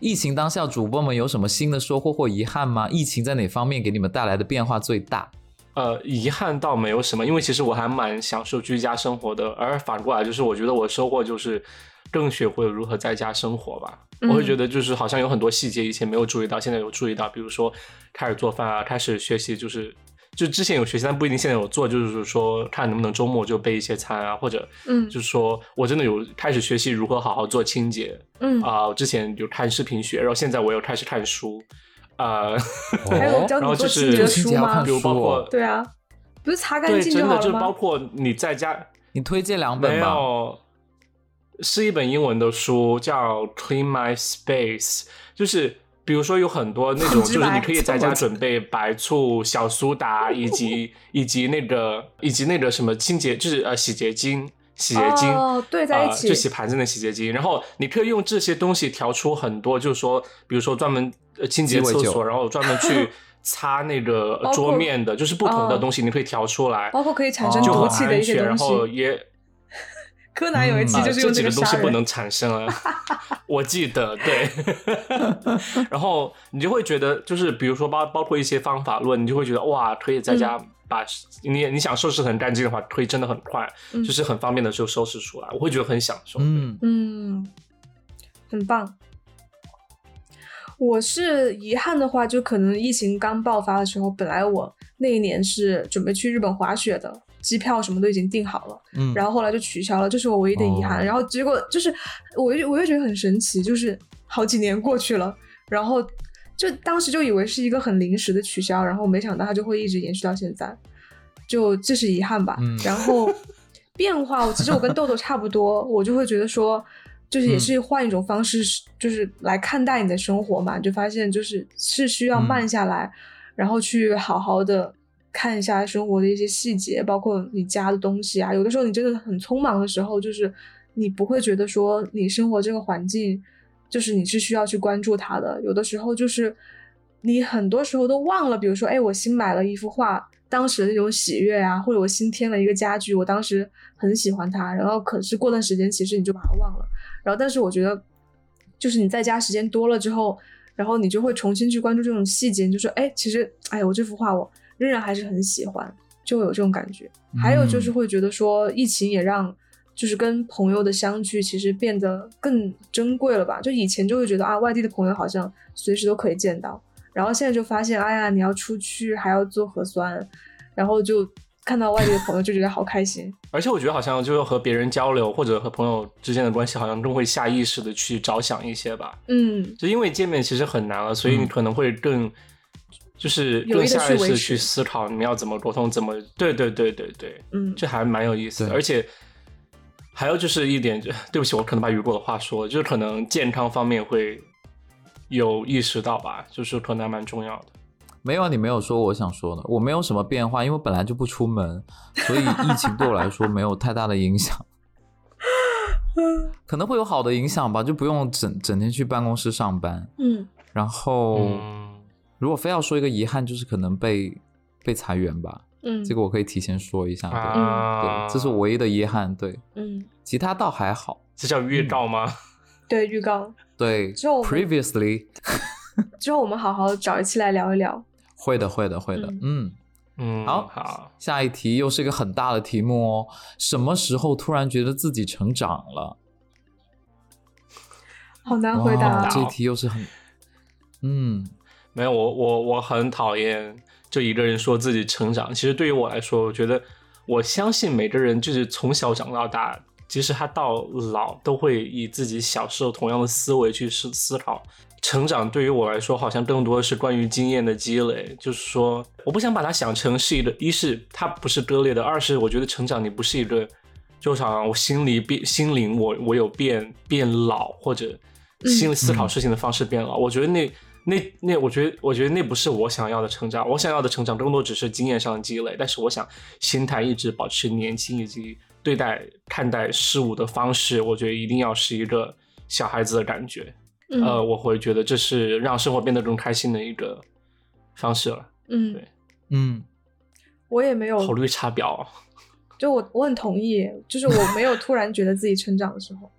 Speaker 1: 疫情当下，主播们有什么新的收获或遗憾吗？疫情在哪方面给你们带来的变化最大？
Speaker 2: 呃，遗憾倒没有什么，因为其实我还蛮享受居家生活的。而反过来，就是我觉得我收获就是更学会了如何在家生活吧。
Speaker 3: 嗯
Speaker 2: 我会觉得就是好像有很多细节以前没有注意到，现在有注意到，比如说开始做饭啊，开始学习，就是就之前有学习，但不一定现在有做，就是说看能不能周末就备一些餐啊，或者
Speaker 3: 嗯
Speaker 2: 就是说我真的有开始学习如何好好做清洁，啊
Speaker 3: 嗯
Speaker 2: 啊、我之前有看视频学，然后现在我又开始看书，呃，
Speaker 3: 还有教
Speaker 2: 然后
Speaker 3: 你
Speaker 2: 就
Speaker 3: 做清洁
Speaker 2: 是
Speaker 3: 的
Speaker 1: 清
Speaker 3: 书
Speaker 1: 洁要
Speaker 3: 吗
Speaker 1: 看
Speaker 2: 比？如包括
Speaker 3: 对啊，不是擦 干
Speaker 2: 对，
Speaker 3: 净就
Speaker 2: 真的
Speaker 3: 好
Speaker 2: 就是
Speaker 3: 了
Speaker 2: 包
Speaker 3: 吗？
Speaker 2: 括你在家
Speaker 1: 你推荐两
Speaker 2: 没
Speaker 1: 本吧。
Speaker 2: 有，是一本英文的书，叫《Clean My Space》，就是比如说有很多那种，
Speaker 3: 直
Speaker 2: 就是
Speaker 3: 白
Speaker 2: 你可以
Speaker 3: 这
Speaker 2: 在
Speaker 3: 么
Speaker 2: 家
Speaker 3: 直
Speaker 2: 准备白醋、小苏打，以及 以及那个以及那个什么清洁，就是呃洗洁精、洗洁精，
Speaker 3: 哦对在一
Speaker 2: 呃
Speaker 3: 起
Speaker 2: 就洗盘子的洗洁精。然后你可以用这些东西调出很多，就是说，比如说专门呃清洁
Speaker 1: 鸡尾
Speaker 2: 厕
Speaker 1: 酒
Speaker 2: 所，然后专门 去擦那个
Speaker 3: 包
Speaker 2: 桌
Speaker 3: 括
Speaker 2: 面的，就是不同的
Speaker 3: 哦
Speaker 2: 东西，你可以调出来。
Speaker 3: 包括可以产生
Speaker 1: 哦
Speaker 2: 就
Speaker 3: 毒
Speaker 2: 很
Speaker 3: 气的
Speaker 2: 安
Speaker 3: 一些
Speaker 2: 全，然
Speaker 3: 东西。
Speaker 2: 后也
Speaker 3: 柯南有一期
Speaker 2: 啊，
Speaker 3: 就是
Speaker 2: 这
Speaker 3: 用
Speaker 2: 几
Speaker 3: 个
Speaker 2: 个东西
Speaker 3: 杀
Speaker 2: 不
Speaker 3: 人。
Speaker 2: 能产生了， 我记得对。 然后你就会觉得，就是比如说包包括一些方法论，你就会觉得哇，可以在家
Speaker 3: 嗯
Speaker 2: 把、你你想收拾很干净的话，可以真的很快，
Speaker 3: 嗯
Speaker 2: 就是很方便的就收拾出来，我会觉得很享受。
Speaker 1: 嗯，
Speaker 3: 嗯，很棒。我是遗憾的话，就可能疫情刚爆发的时候，本来我那一年是准备去日本滑雪的，机票什么都已经订好了，
Speaker 1: 嗯，
Speaker 3: 然后后来就取消了，这是我唯一的遗憾。
Speaker 1: 哦
Speaker 3: 然后结果就是，我又我又觉得很神奇，就是好几年过去了，然后就当时就以为是一个很临时的取消，然后没想到它就会一直延续到现在，就这是遗憾吧。
Speaker 1: 嗯
Speaker 3: 然后变化，我其实我跟豆豆差不多，我就会觉得说。就
Speaker 1: 嗯
Speaker 3: 是也是换一种方式，就是来看待你的生活嘛，你就发现就是是需要
Speaker 1: 嗯
Speaker 3: 慢下来，然后去好好的看一下生活的一些细节，包括你家的东西啊。有的时候你真的很匆忙的时候，就是你不会觉得说你生活这个环境，就是你是需要去关注它的。有的时候就是你很多时候都忘了，比如说，哎，我新买了一幅画。当时的那种喜悦啊，或者我新添了一个家具，我当时很喜欢它，然后可是过段时间，其实你就把它忘了。然后，但是我觉得，就是你在家时间多了之后，然后你就会重新去关注这种细节，你就说，哎，其实，哎，我这幅画我仍然还是很喜欢，就会有这种感觉。还有
Speaker 1: 嗯
Speaker 3: 就是会觉得说，疫情也让就是跟朋友的相聚其实变得更珍贵了吧？就以前就会觉得啊，外地的朋友好像随时都可以见到，然后现在就发现，哎呀，你要出去还要做核酸，然后就看到外地的朋友就觉得好开心。
Speaker 2: 而且我觉得好像就是和别人交流，或者和朋友之间的关系，好像更会下意识的去着想一些吧。
Speaker 3: 嗯，
Speaker 2: 就因为见面其实很难了，所以你
Speaker 1: 嗯
Speaker 2: 可能会更、就是
Speaker 3: 有
Speaker 2: 更
Speaker 3: 意地
Speaker 2: 下意
Speaker 3: 去维
Speaker 2: 识地
Speaker 3: 持
Speaker 2: 去思考你们要怎么沟通，怎么对对对对对，
Speaker 3: 嗯，
Speaker 2: 这还蛮有意思的。
Speaker 1: 对
Speaker 2: 而且还有就是一点， 对不起，我可能把雨果的话说了，就是可能健康方面会有意识到吧，就是可能还蛮重要的。
Speaker 1: 没有啊，你没有说我想说的，我没有什么变化，因为我本来就不出门，所以疫情对我来说没有太大的影响。可能会有好的影响吧，就不用整整天去办公室上班。
Speaker 3: 嗯，
Speaker 1: 然后，
Speaker 2: 嗯，
Speaker 1: 如果非要说一个遗憾，就是可能被被裁员吧。
Speaker 3: 嗯，
Speaker 1: 这个我可以提前说一下，对，
Speaker 2: 啊，
Speaker 1: 对这是我唯一的遗憾。对，
Speaker 3: 嗯，
Speaker 1: 其他倒还好。
Speaker 2: 这叫预告吗？
Speaker 3: 对，预告
Speaker 1: 对
Speaker 3: 之后我们
Speaker 1: ，previously
Speaker 3: 之后我们好好找一期来聊一聊。
Speaker 1: 会的，会的，会的。
Speaker 3: 嗯
Speaker 1: 嗯
Speaker 2: 嗯，
Speaker 1: 好
Speaker 2: 好，
Speaker 1: 下一题又是一个很大的题目哦。什么时候突然觉得自己成长了？
Speaker 3: 好难回答
Speaker 1: 哇
Speaker 3: 啊，
Speaker 1: 这题又是很，嗯，
Speaker 2: 没有，我我我很讨厌就一个人说自己成长。其实对于我来说，我觉得我相信每个人就是从小长到大，即使他到老都会以自己小时候同样的思维去思思考。成长对于我来说，好像更多的是关于经验的积累。就是说，我不想把它想成是一个，一是它不是割裂的，二是我觉得成长你不是一个，就好像我心里变心灵我我有变变老或者心里思考
Speaker 1: 嗯
Speaker 2: 事情的方式变老。我觉得那那那，我觉得我觉得那不是我想要的成长。我想要的成长更多只是经验上的积累，但是我想心态一直保持年轻，以及对待看待事物的方式，我觉得一定要是一个小孩子的感觉。呃，
Speaker 3: 嗯
Speaker 2: 我会觉得这是让生活变得更开心的一个方式了。
Speaker 3: 嗯
Speaker 2: 对，
Speaker 1: 嗯，
Speaker 3: 我也没有，
Speaker 2: 好绿茶婊哦，
Speaker 3: 就我我很同意，就是我没有突然觉得自己成长的时候，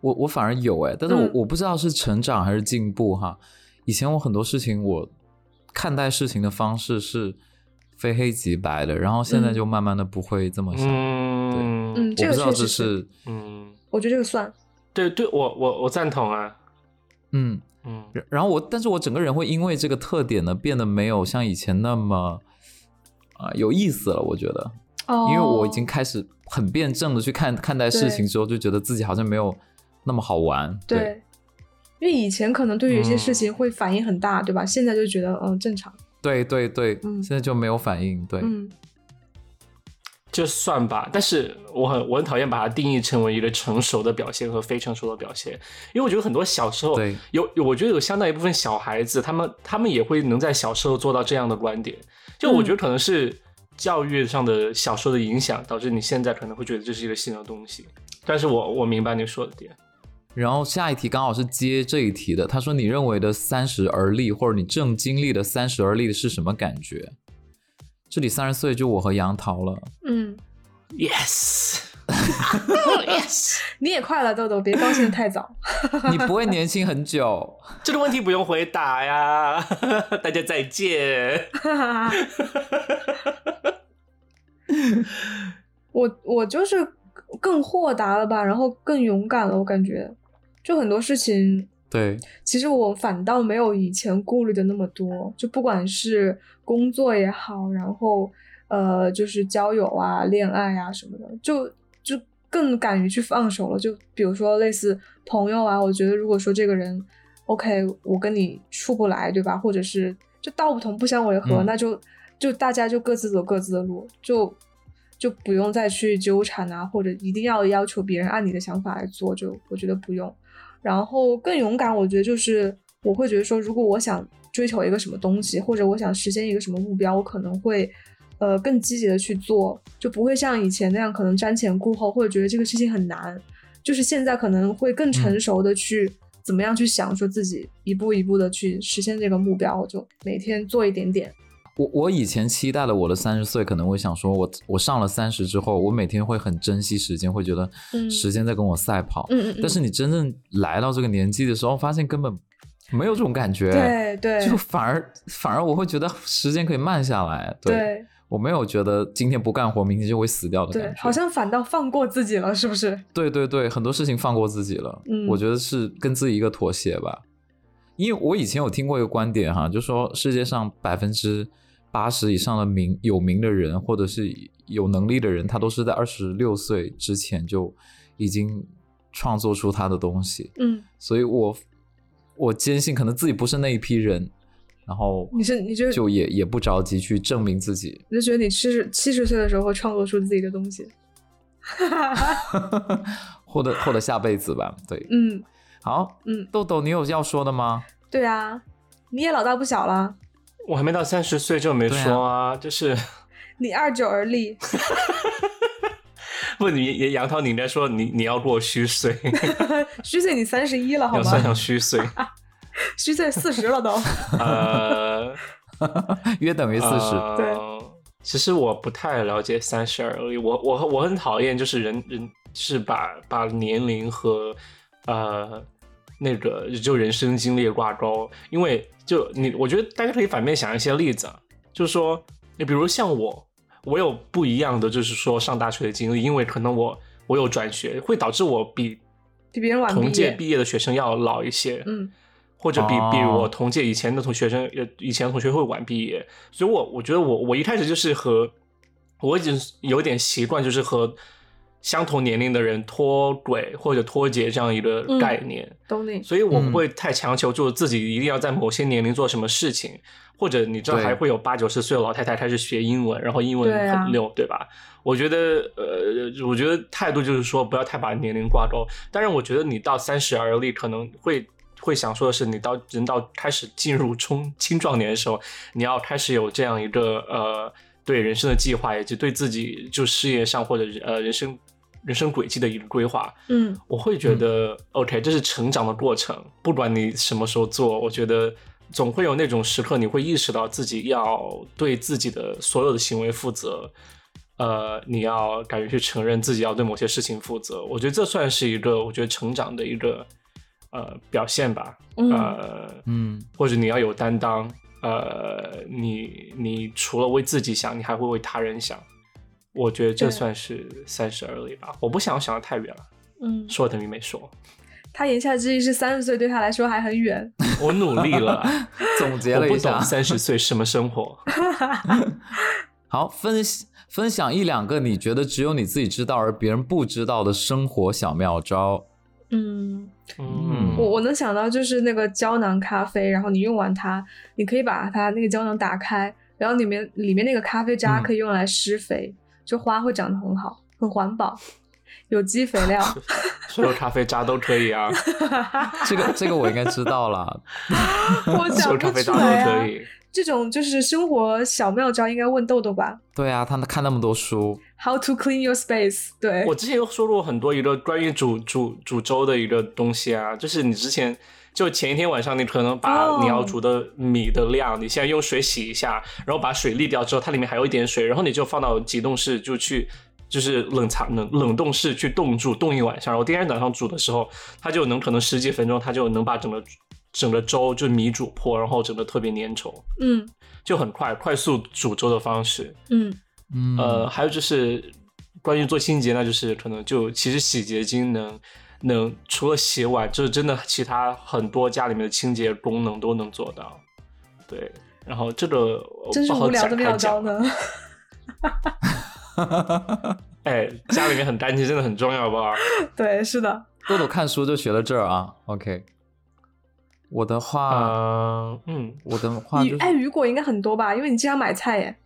Speaker 1: 我我反而有哎，但是我、
Speaker 3: 嗯
Speaker 1: 我不知道是成长还是进步哈。以前我很多事情我看待事情的方式是非黑即白的，然后现在
Speaker 3: 嗯
Speaker 1: 就慢慢的不会这么想。
Speaker 2: 嗯
Speaker 3: 嗯，这
Speaker 1: 我
Speaker 3: 个
Speaker 1: 不知道
Speaker 3: 确
Speaker 1: 这
Speaker 3: 实是，
Speaker 1: 是
Speaker 2: 嗯，
Speaker 3: 我觉得这个算，
Speaker 2: 对对，我我我赞同啊，
Speaker 1: 嗯，
Speaker 2: 嗯，
Speaker 1: 然然后我，但是我整个人会因为这个特点呢，变得没有像以前那么啊、有意思了。我觉得，
Speaker 3: 哦，
Speaker 1: 因为我已经开始很辩证的去看看待事情之后，就觉得自己好像没有那么好玩。对，嗯
Speaker 3: 对，因为以前可能对于一些事情会反应很大，对吧？现在就觉得嗯正常，
Speaker 1: 对对对，
Speaker 3: 嗯
Speaker 1: 现在就没有反应，对，
Speaker 3: 嗯
Speaker 2: 就算吧，但是我很我很讨厌把它定义成为一个成熟的表现和非成熟的表现，因为我觉得很多小时候
Speaker 1: 对
Speaker 2: 有有，我觉得有相当一部分小孩子，他们他们也会能在小时候做到这样的观点，就我觉得可能是教育上的小时候的影响，导致你现在可能会觉得这是一个新的东西，但是我我明白你说的点，
Speaker 1: 然后下一题刚好是接这一题的，他说你认为的三十而立，或者你正经历的三十而立是什么感觉？这里三十岁就我和杨桃了，
Speaker 3: 嗯，
Speaker 2: Yes，
Speaker 3: 你也快了，豆豆，别高兴得太早。
Speaker 1: 你不会年轻很久。
Speaker 2: 这个问题不用回答呀， 大家再见。
Speaker 3: 我我就是更豁达了吧，然后更勇敢了，我感觉就很多事情
Speaker 1: 对，
Speaker 3: 其实我反倒没有以前顾虑的那么多，就不管是工作也好，然后呃，就是交友啊、恋爱啊什么的，就就更敢于去放手了。就比如说类似朋友啊，我觉得如果说这个人，OK，我跟你处不来，对吧？或者是就道不同不相为合，
Speaker 1: 嗯
Speaker 3: 那就就大家就各自走各自的路，就就不用再去纠缠啊，或者一定要要求别人按你的想法来做，就我觉得不用。然后更勇敢，我觉得就是我会觉得说，如果我想追求一个什么东西，或者我想实现一个什么目标，我可能会呃更积极的去做，就不会像以前那样可能瞻前顾后，或者觉得这个事情很难。就是现在可能会更
Speaker 1: 嗯
Speaker 3: 成熟的去、怎么样去想，说自己一步一步的去实现这个目标，就每天做一点点。
Speaker 1: 我我以前期待的我的三十岁，可能会想说我我上了三十之后，我每天会很珍惜时间，会觉得
Speaker 3: 嗯
Speaker 1: 时间在跟我赛跑。
Speaker 3: 嗯嗯嗯，
Speaker 1: 但是你真正来到这个年纪的时候，发现根本没有这种感觉，
Speaker 3: 对对
Speaker 1: 就反而反而我会觉得时间可以慢下来。
Speaker 3: 对
Speaker 1: 我没有觉得今天不干活，明天就会死掉的感
Speaker 3: 对
Speaker 1: 觉。，
Speaker 3: 好像反倒放过自己了，是不是？
Speaker 1: 对对对，很多事情放过自己了。
Speaker 3: 嗯
Speaker 1: 我觉得是跟自己一个妥协吧。因为我以前有听过一个观点哈，就说世界上百分之八十以上的名有名的人，或者是有能力的人，他都是在二十六岁之前就已经创作出他的东西。
Speaker 3: 嗯，
Speaker 1: 所以我我坚信，可能自己不是那一批人，然后
Speaker 3: 你是你就
Speaker 1: 就也也不着急去证明自己。
Speaker 3: 我就觉得你七十七十岁的时候会创作出自己的东西。
Speaker 1: 或者或者下辈子吧，对，
Speaker 3: 嗯
Speaker 1: 好，
Speaker 3: 嗯，
Speaker 1: 豆豆，你有要说的吗？
Speaker 3: 对啊，你也老大不小了，
Speaker 2: 我还没到三十岁就没说啊，就是
Speaker 3: 你二九而立，
Speaker 2: 不你也杨涛，你应该说你你要过虚岁，
Speaker 3: 虚岁你三十一了好
Speaker 2: 要算
Speaker 3: 吗？
Speaker 2: 上虚 岁，
Speaker 3: 虚岁四十了都。
Speaker 2: 呃，
Speaker 1: 约等于四十、
Speaker 2: 呃
Speaker 3: 对
Speaker 2: 其实我不太了解三十而立，我我我很讨厌就是人人是把把年龄和呃那个就人生经历挂钩，因为就你我觉得大家可以反面想一些例子，啊，就是说你比如像我，我有不一样的就是说上大学的经历，因为可能我我有转学，会导致我比
Speaker 3: 比别人晚
Speaker 2: 同
Speaker 3: 毕
Speaker 2: 届
Speaker 3: 业
Speaker 2: 毕业的学生要老一些，
Speaker 3: 嗯
Speaker 2: 或者比
Speaker 1: 哦
Speaker 2: 比我同届以前的同学生，呃，以前同学会晚毕业，所以我我觉得我我一开始就是和我已经有点习惯，就是和相同年龄的人脱轨或者脱节这样一个
Speaker 3: 嗯
Speaker 2: 概念，
Speaker 3: 懂你。
Speaker 2: 所以我不会太强求，就自己一定要在某些年龄做什么事情，或者你知道
Speaker 1: 对
Speaker 2: 还会有八九十岁的老太太开始学英文，然后英文
Speaker 3: 对啊
Speaker 2: 很溜，对吧？我觉得，呃，我觉得态度就是说不要太把年龄挂钩。当然，我觉得你到三十而立，可能会会想说的是，你到人到开始进入中青壮年的时候，你要开始有这样一个呃对人生的计划，以及对自己就事业上或者呃人生人生轨迹的一个规划。
Speaker 3: 嗯，
Speaker 2: 我会觉得、OK，这是成长的过程，不管你什么时候做，我觉得总会有那种时刻，你会意识到自己要对自己的所有的行为负责。呃，你要敢于去承认自己要对某些事情负责，我觉得这算是一个我觉得成长的一个呃表现吧。
Speaker 3: 嗯
Speaker 2: 呃，
Speaker 1: 嗯，
Speaker 2: 或者你要有担当。呃，你你除了为自己想，你还会为他人想。我觉得这
Speaker 3: 对
Speaker 2: 算是三十而立吧。我不想想的太远了。
Speaker 3: 嗯，
Speaker 2: 说等于没说，
Speaker 3: 他言下之意是三十岁对他来说还很远。
Speaker 2: 我努力了，
Speaker 1: 总结
Speaker 2: 我
Speaker 1: 了
Speaker 2: 不
Speaker 1: 一
Speaker 2: 懂
Speaker 1: 下，
Speaker 2: 三十岁什么生活。
Speaker 1: 好，分分享一两个你觉得只有你自己知道而别人不知道的生活小妙招。
Speaker 3: 嗯，
Speaker 1: 嗯
Speaker 3: 我我能想到就是那个胶囊咖啡，然后你用完它，你可以把它那个胶囊打开，然后里面里面那个咖啡渣
Speaker 1: 嗯
Speaker 3: 可以用来施肥，就花会长得很好，很环保，有机肥 料。
Speaker 2: 所有咖啡渣都可以啊，
Speaker 1: 这个这个我应该知道啦。
Speaker 3: 我
Speaker 2: 所
Speaker 3: 讲
Speaker 2: 有
Speaker 3: 不
Speaker 2: 咖啡
Speaker 3: 出
Speaker 2: 渣
Speaker 3: 来
Speaker 2: 都可
Speaker 3: 啊，
Speaker 2: 以。
Speaker 3: 这种就是生活小妙招，应该问豆豆吧。
Speaker 1: 对啊，他看那么多书，
Speaker 3: How to clean your space？对，
Speaker 2: 我之前有说过很多一个关于煮煮煮粥的一个东西啊，就是你之前就前一天晚上你可能
Speaker 3: 哦
Speaker 2: 把你要煮的米的量，你现在用水洗一下，然后把水沥掉之后，它里面还有一点水，然后你就放到急冻室就去。就是冷藏冷冷冻室去冻住，冻一晚上，然后第二天早上煮的时候，它就能可能十几分钟，它就能把整个整个粥就米煮破，然后整个特别粘稠，
Speaker 3: 嗯
Speaker 2: 就很快快速煮粥的方式。
Speaker 3: 嗯，
Speaker 1: 嗯，
Speaker 2: 呃，还有就是关于做清洁，那就是可能就其实洗洁精能能除了洗碗，就是真的其他很多家里面的清洁功能都能做到。对，然后这个我
Speaker 3: 真是
Speaker 2: 不好
Speaker 3: 无聊
Speaker 2: 展
Speaker 3: 的
Speaker 2: 开
Speaker 3: 妙招
Speaker 2: 讲了。
Speaker 3: 呢。
Speaker 2: 哎，家里面很干净真的很重要，好不 好？
Speaker 3: 对，是的，
Speaker 1: 豆豆看书就学到这儿啊。OK，我的
Speaker 3: 啊
Speaker 1: 话，
Speaker 2: 嗯嗯，
Speaker 1: 我的话
Speaker 3: 你
Speaker 1: 就是
Speaker 3: 哎，雨果应该很多吧？因为你经常买菜耶。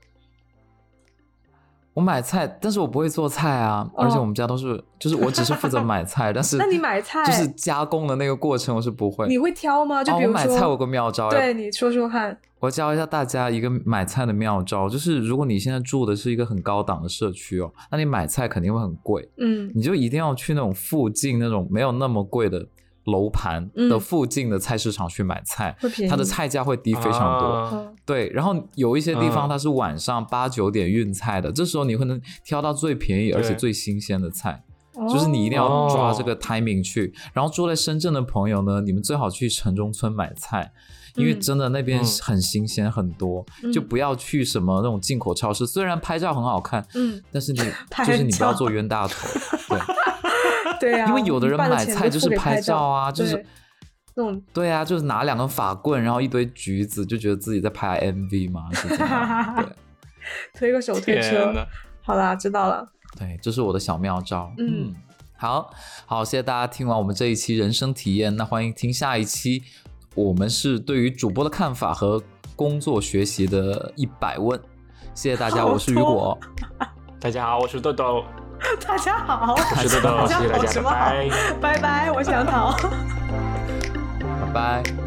Speaker 1: 我买菜，但是我不会做菜啊，而且我们家都是，就是我只是负责买菜，但是
Speaker 3: 哦那你买菜
Speaker 1: 就是加工的那个过程我是不会。
Speaker 3: 你会挑吗？就
Speaker 1: 哦
Speaker 3: 比如
Speaker 1: 我
Speaker 3: 说，
Speaker 1: 买菜有个妙招，
Speaker 3: 对，你说说看。
Speaker 1: 我教一下大家一个买菜的妙招，就是如果你现在住的是一个很高档的社区哦，那你买菜肯定会很贵，
Speaker 3: 嗯
Speaker 1: 你就一定要去那种附近那种没有那么贵的楼盘的
Speaker 3: 嗯
Speaker 1: 附近的菜市场去买菜，
Speaker 3: 会便宜
Speaker 1: 它的菜价会低非常多。
Speaker 2: 啊
Speaker 3: 嗯
Speaker 1: 对，然后有一些地方
Speaker 2: 嗯
Speaker 1: 它是晚上八九点运菜的，这时候你会能挑到最便宜而且
Speaker 2: 对
Speaker 1: 最新鲜的菜，
Speaker 3: 哦
Speaker 1: 就是你一定要抓这个 timing 去。然后住在深圳的朋友呢，你们最好去城中村买菜，因为
Speaker 3: 嗯
Speaker 1: 真的那边
Speaker 2: 嗯
Speaker 1: 很新鲜很多，
Speaker 3: 嗯
Speaker 1: 就不要去什么那种进口超市。虽然拍照很好看，
Speaker 3: 嗯，
Speaker 1: 但是你
Speaker 3: 拍
Speaker 1: 就是你不要
Speaker 3: 照
Speaker 1: 做冤大 头，对，
Speaker 3: 对呀、
Speaker 1: 因为有的人
Speaker 3: 你办了
Speaker 1: 买
Speaker 3: 钱
Speaker 1: 菜就是
Speaker 3: 付给
Speaker 1: 拍
Speaker 3: 拍
Speaker 1: 照啊，就
Speaker 3: 对
Speaker 1: 是。
Speaker 3: 那种。
Speaker 1: 对啊，就是拿两根法棍，然后一堆橘子，就觉得自己在拍 MV 嘛，是这样。 对，
Speaker 3: 推个手推
Speaker 2: 天
Speaker 3: 车。
Speaker 2: 呐，
Speaker 3: 好啦，知道了。
Speaker 1: 对，这是我的小妙招。
Speaker 3: 嗯，
Speaker 1: 好好，谢谢大家听完我们这一期人生体验，那欢迎听下一期，我们是对于主播的看法和工作学习的一百问。谢谢大家，
Speaker 3: 好
Speaker 1: 我是雨果，
Speaker 2: 大家好，我是豆豆，
Speaker 3: 大家 好，
Speaker 2: 我是豆豆，谢谢大
Speaker 3: 大家
Speaker 2: 家，
Speaker 3: 好
Speaker 2: 拜拜。
Speaker 3: 拜拜，我想逃。
Speaker 1: 拜拜。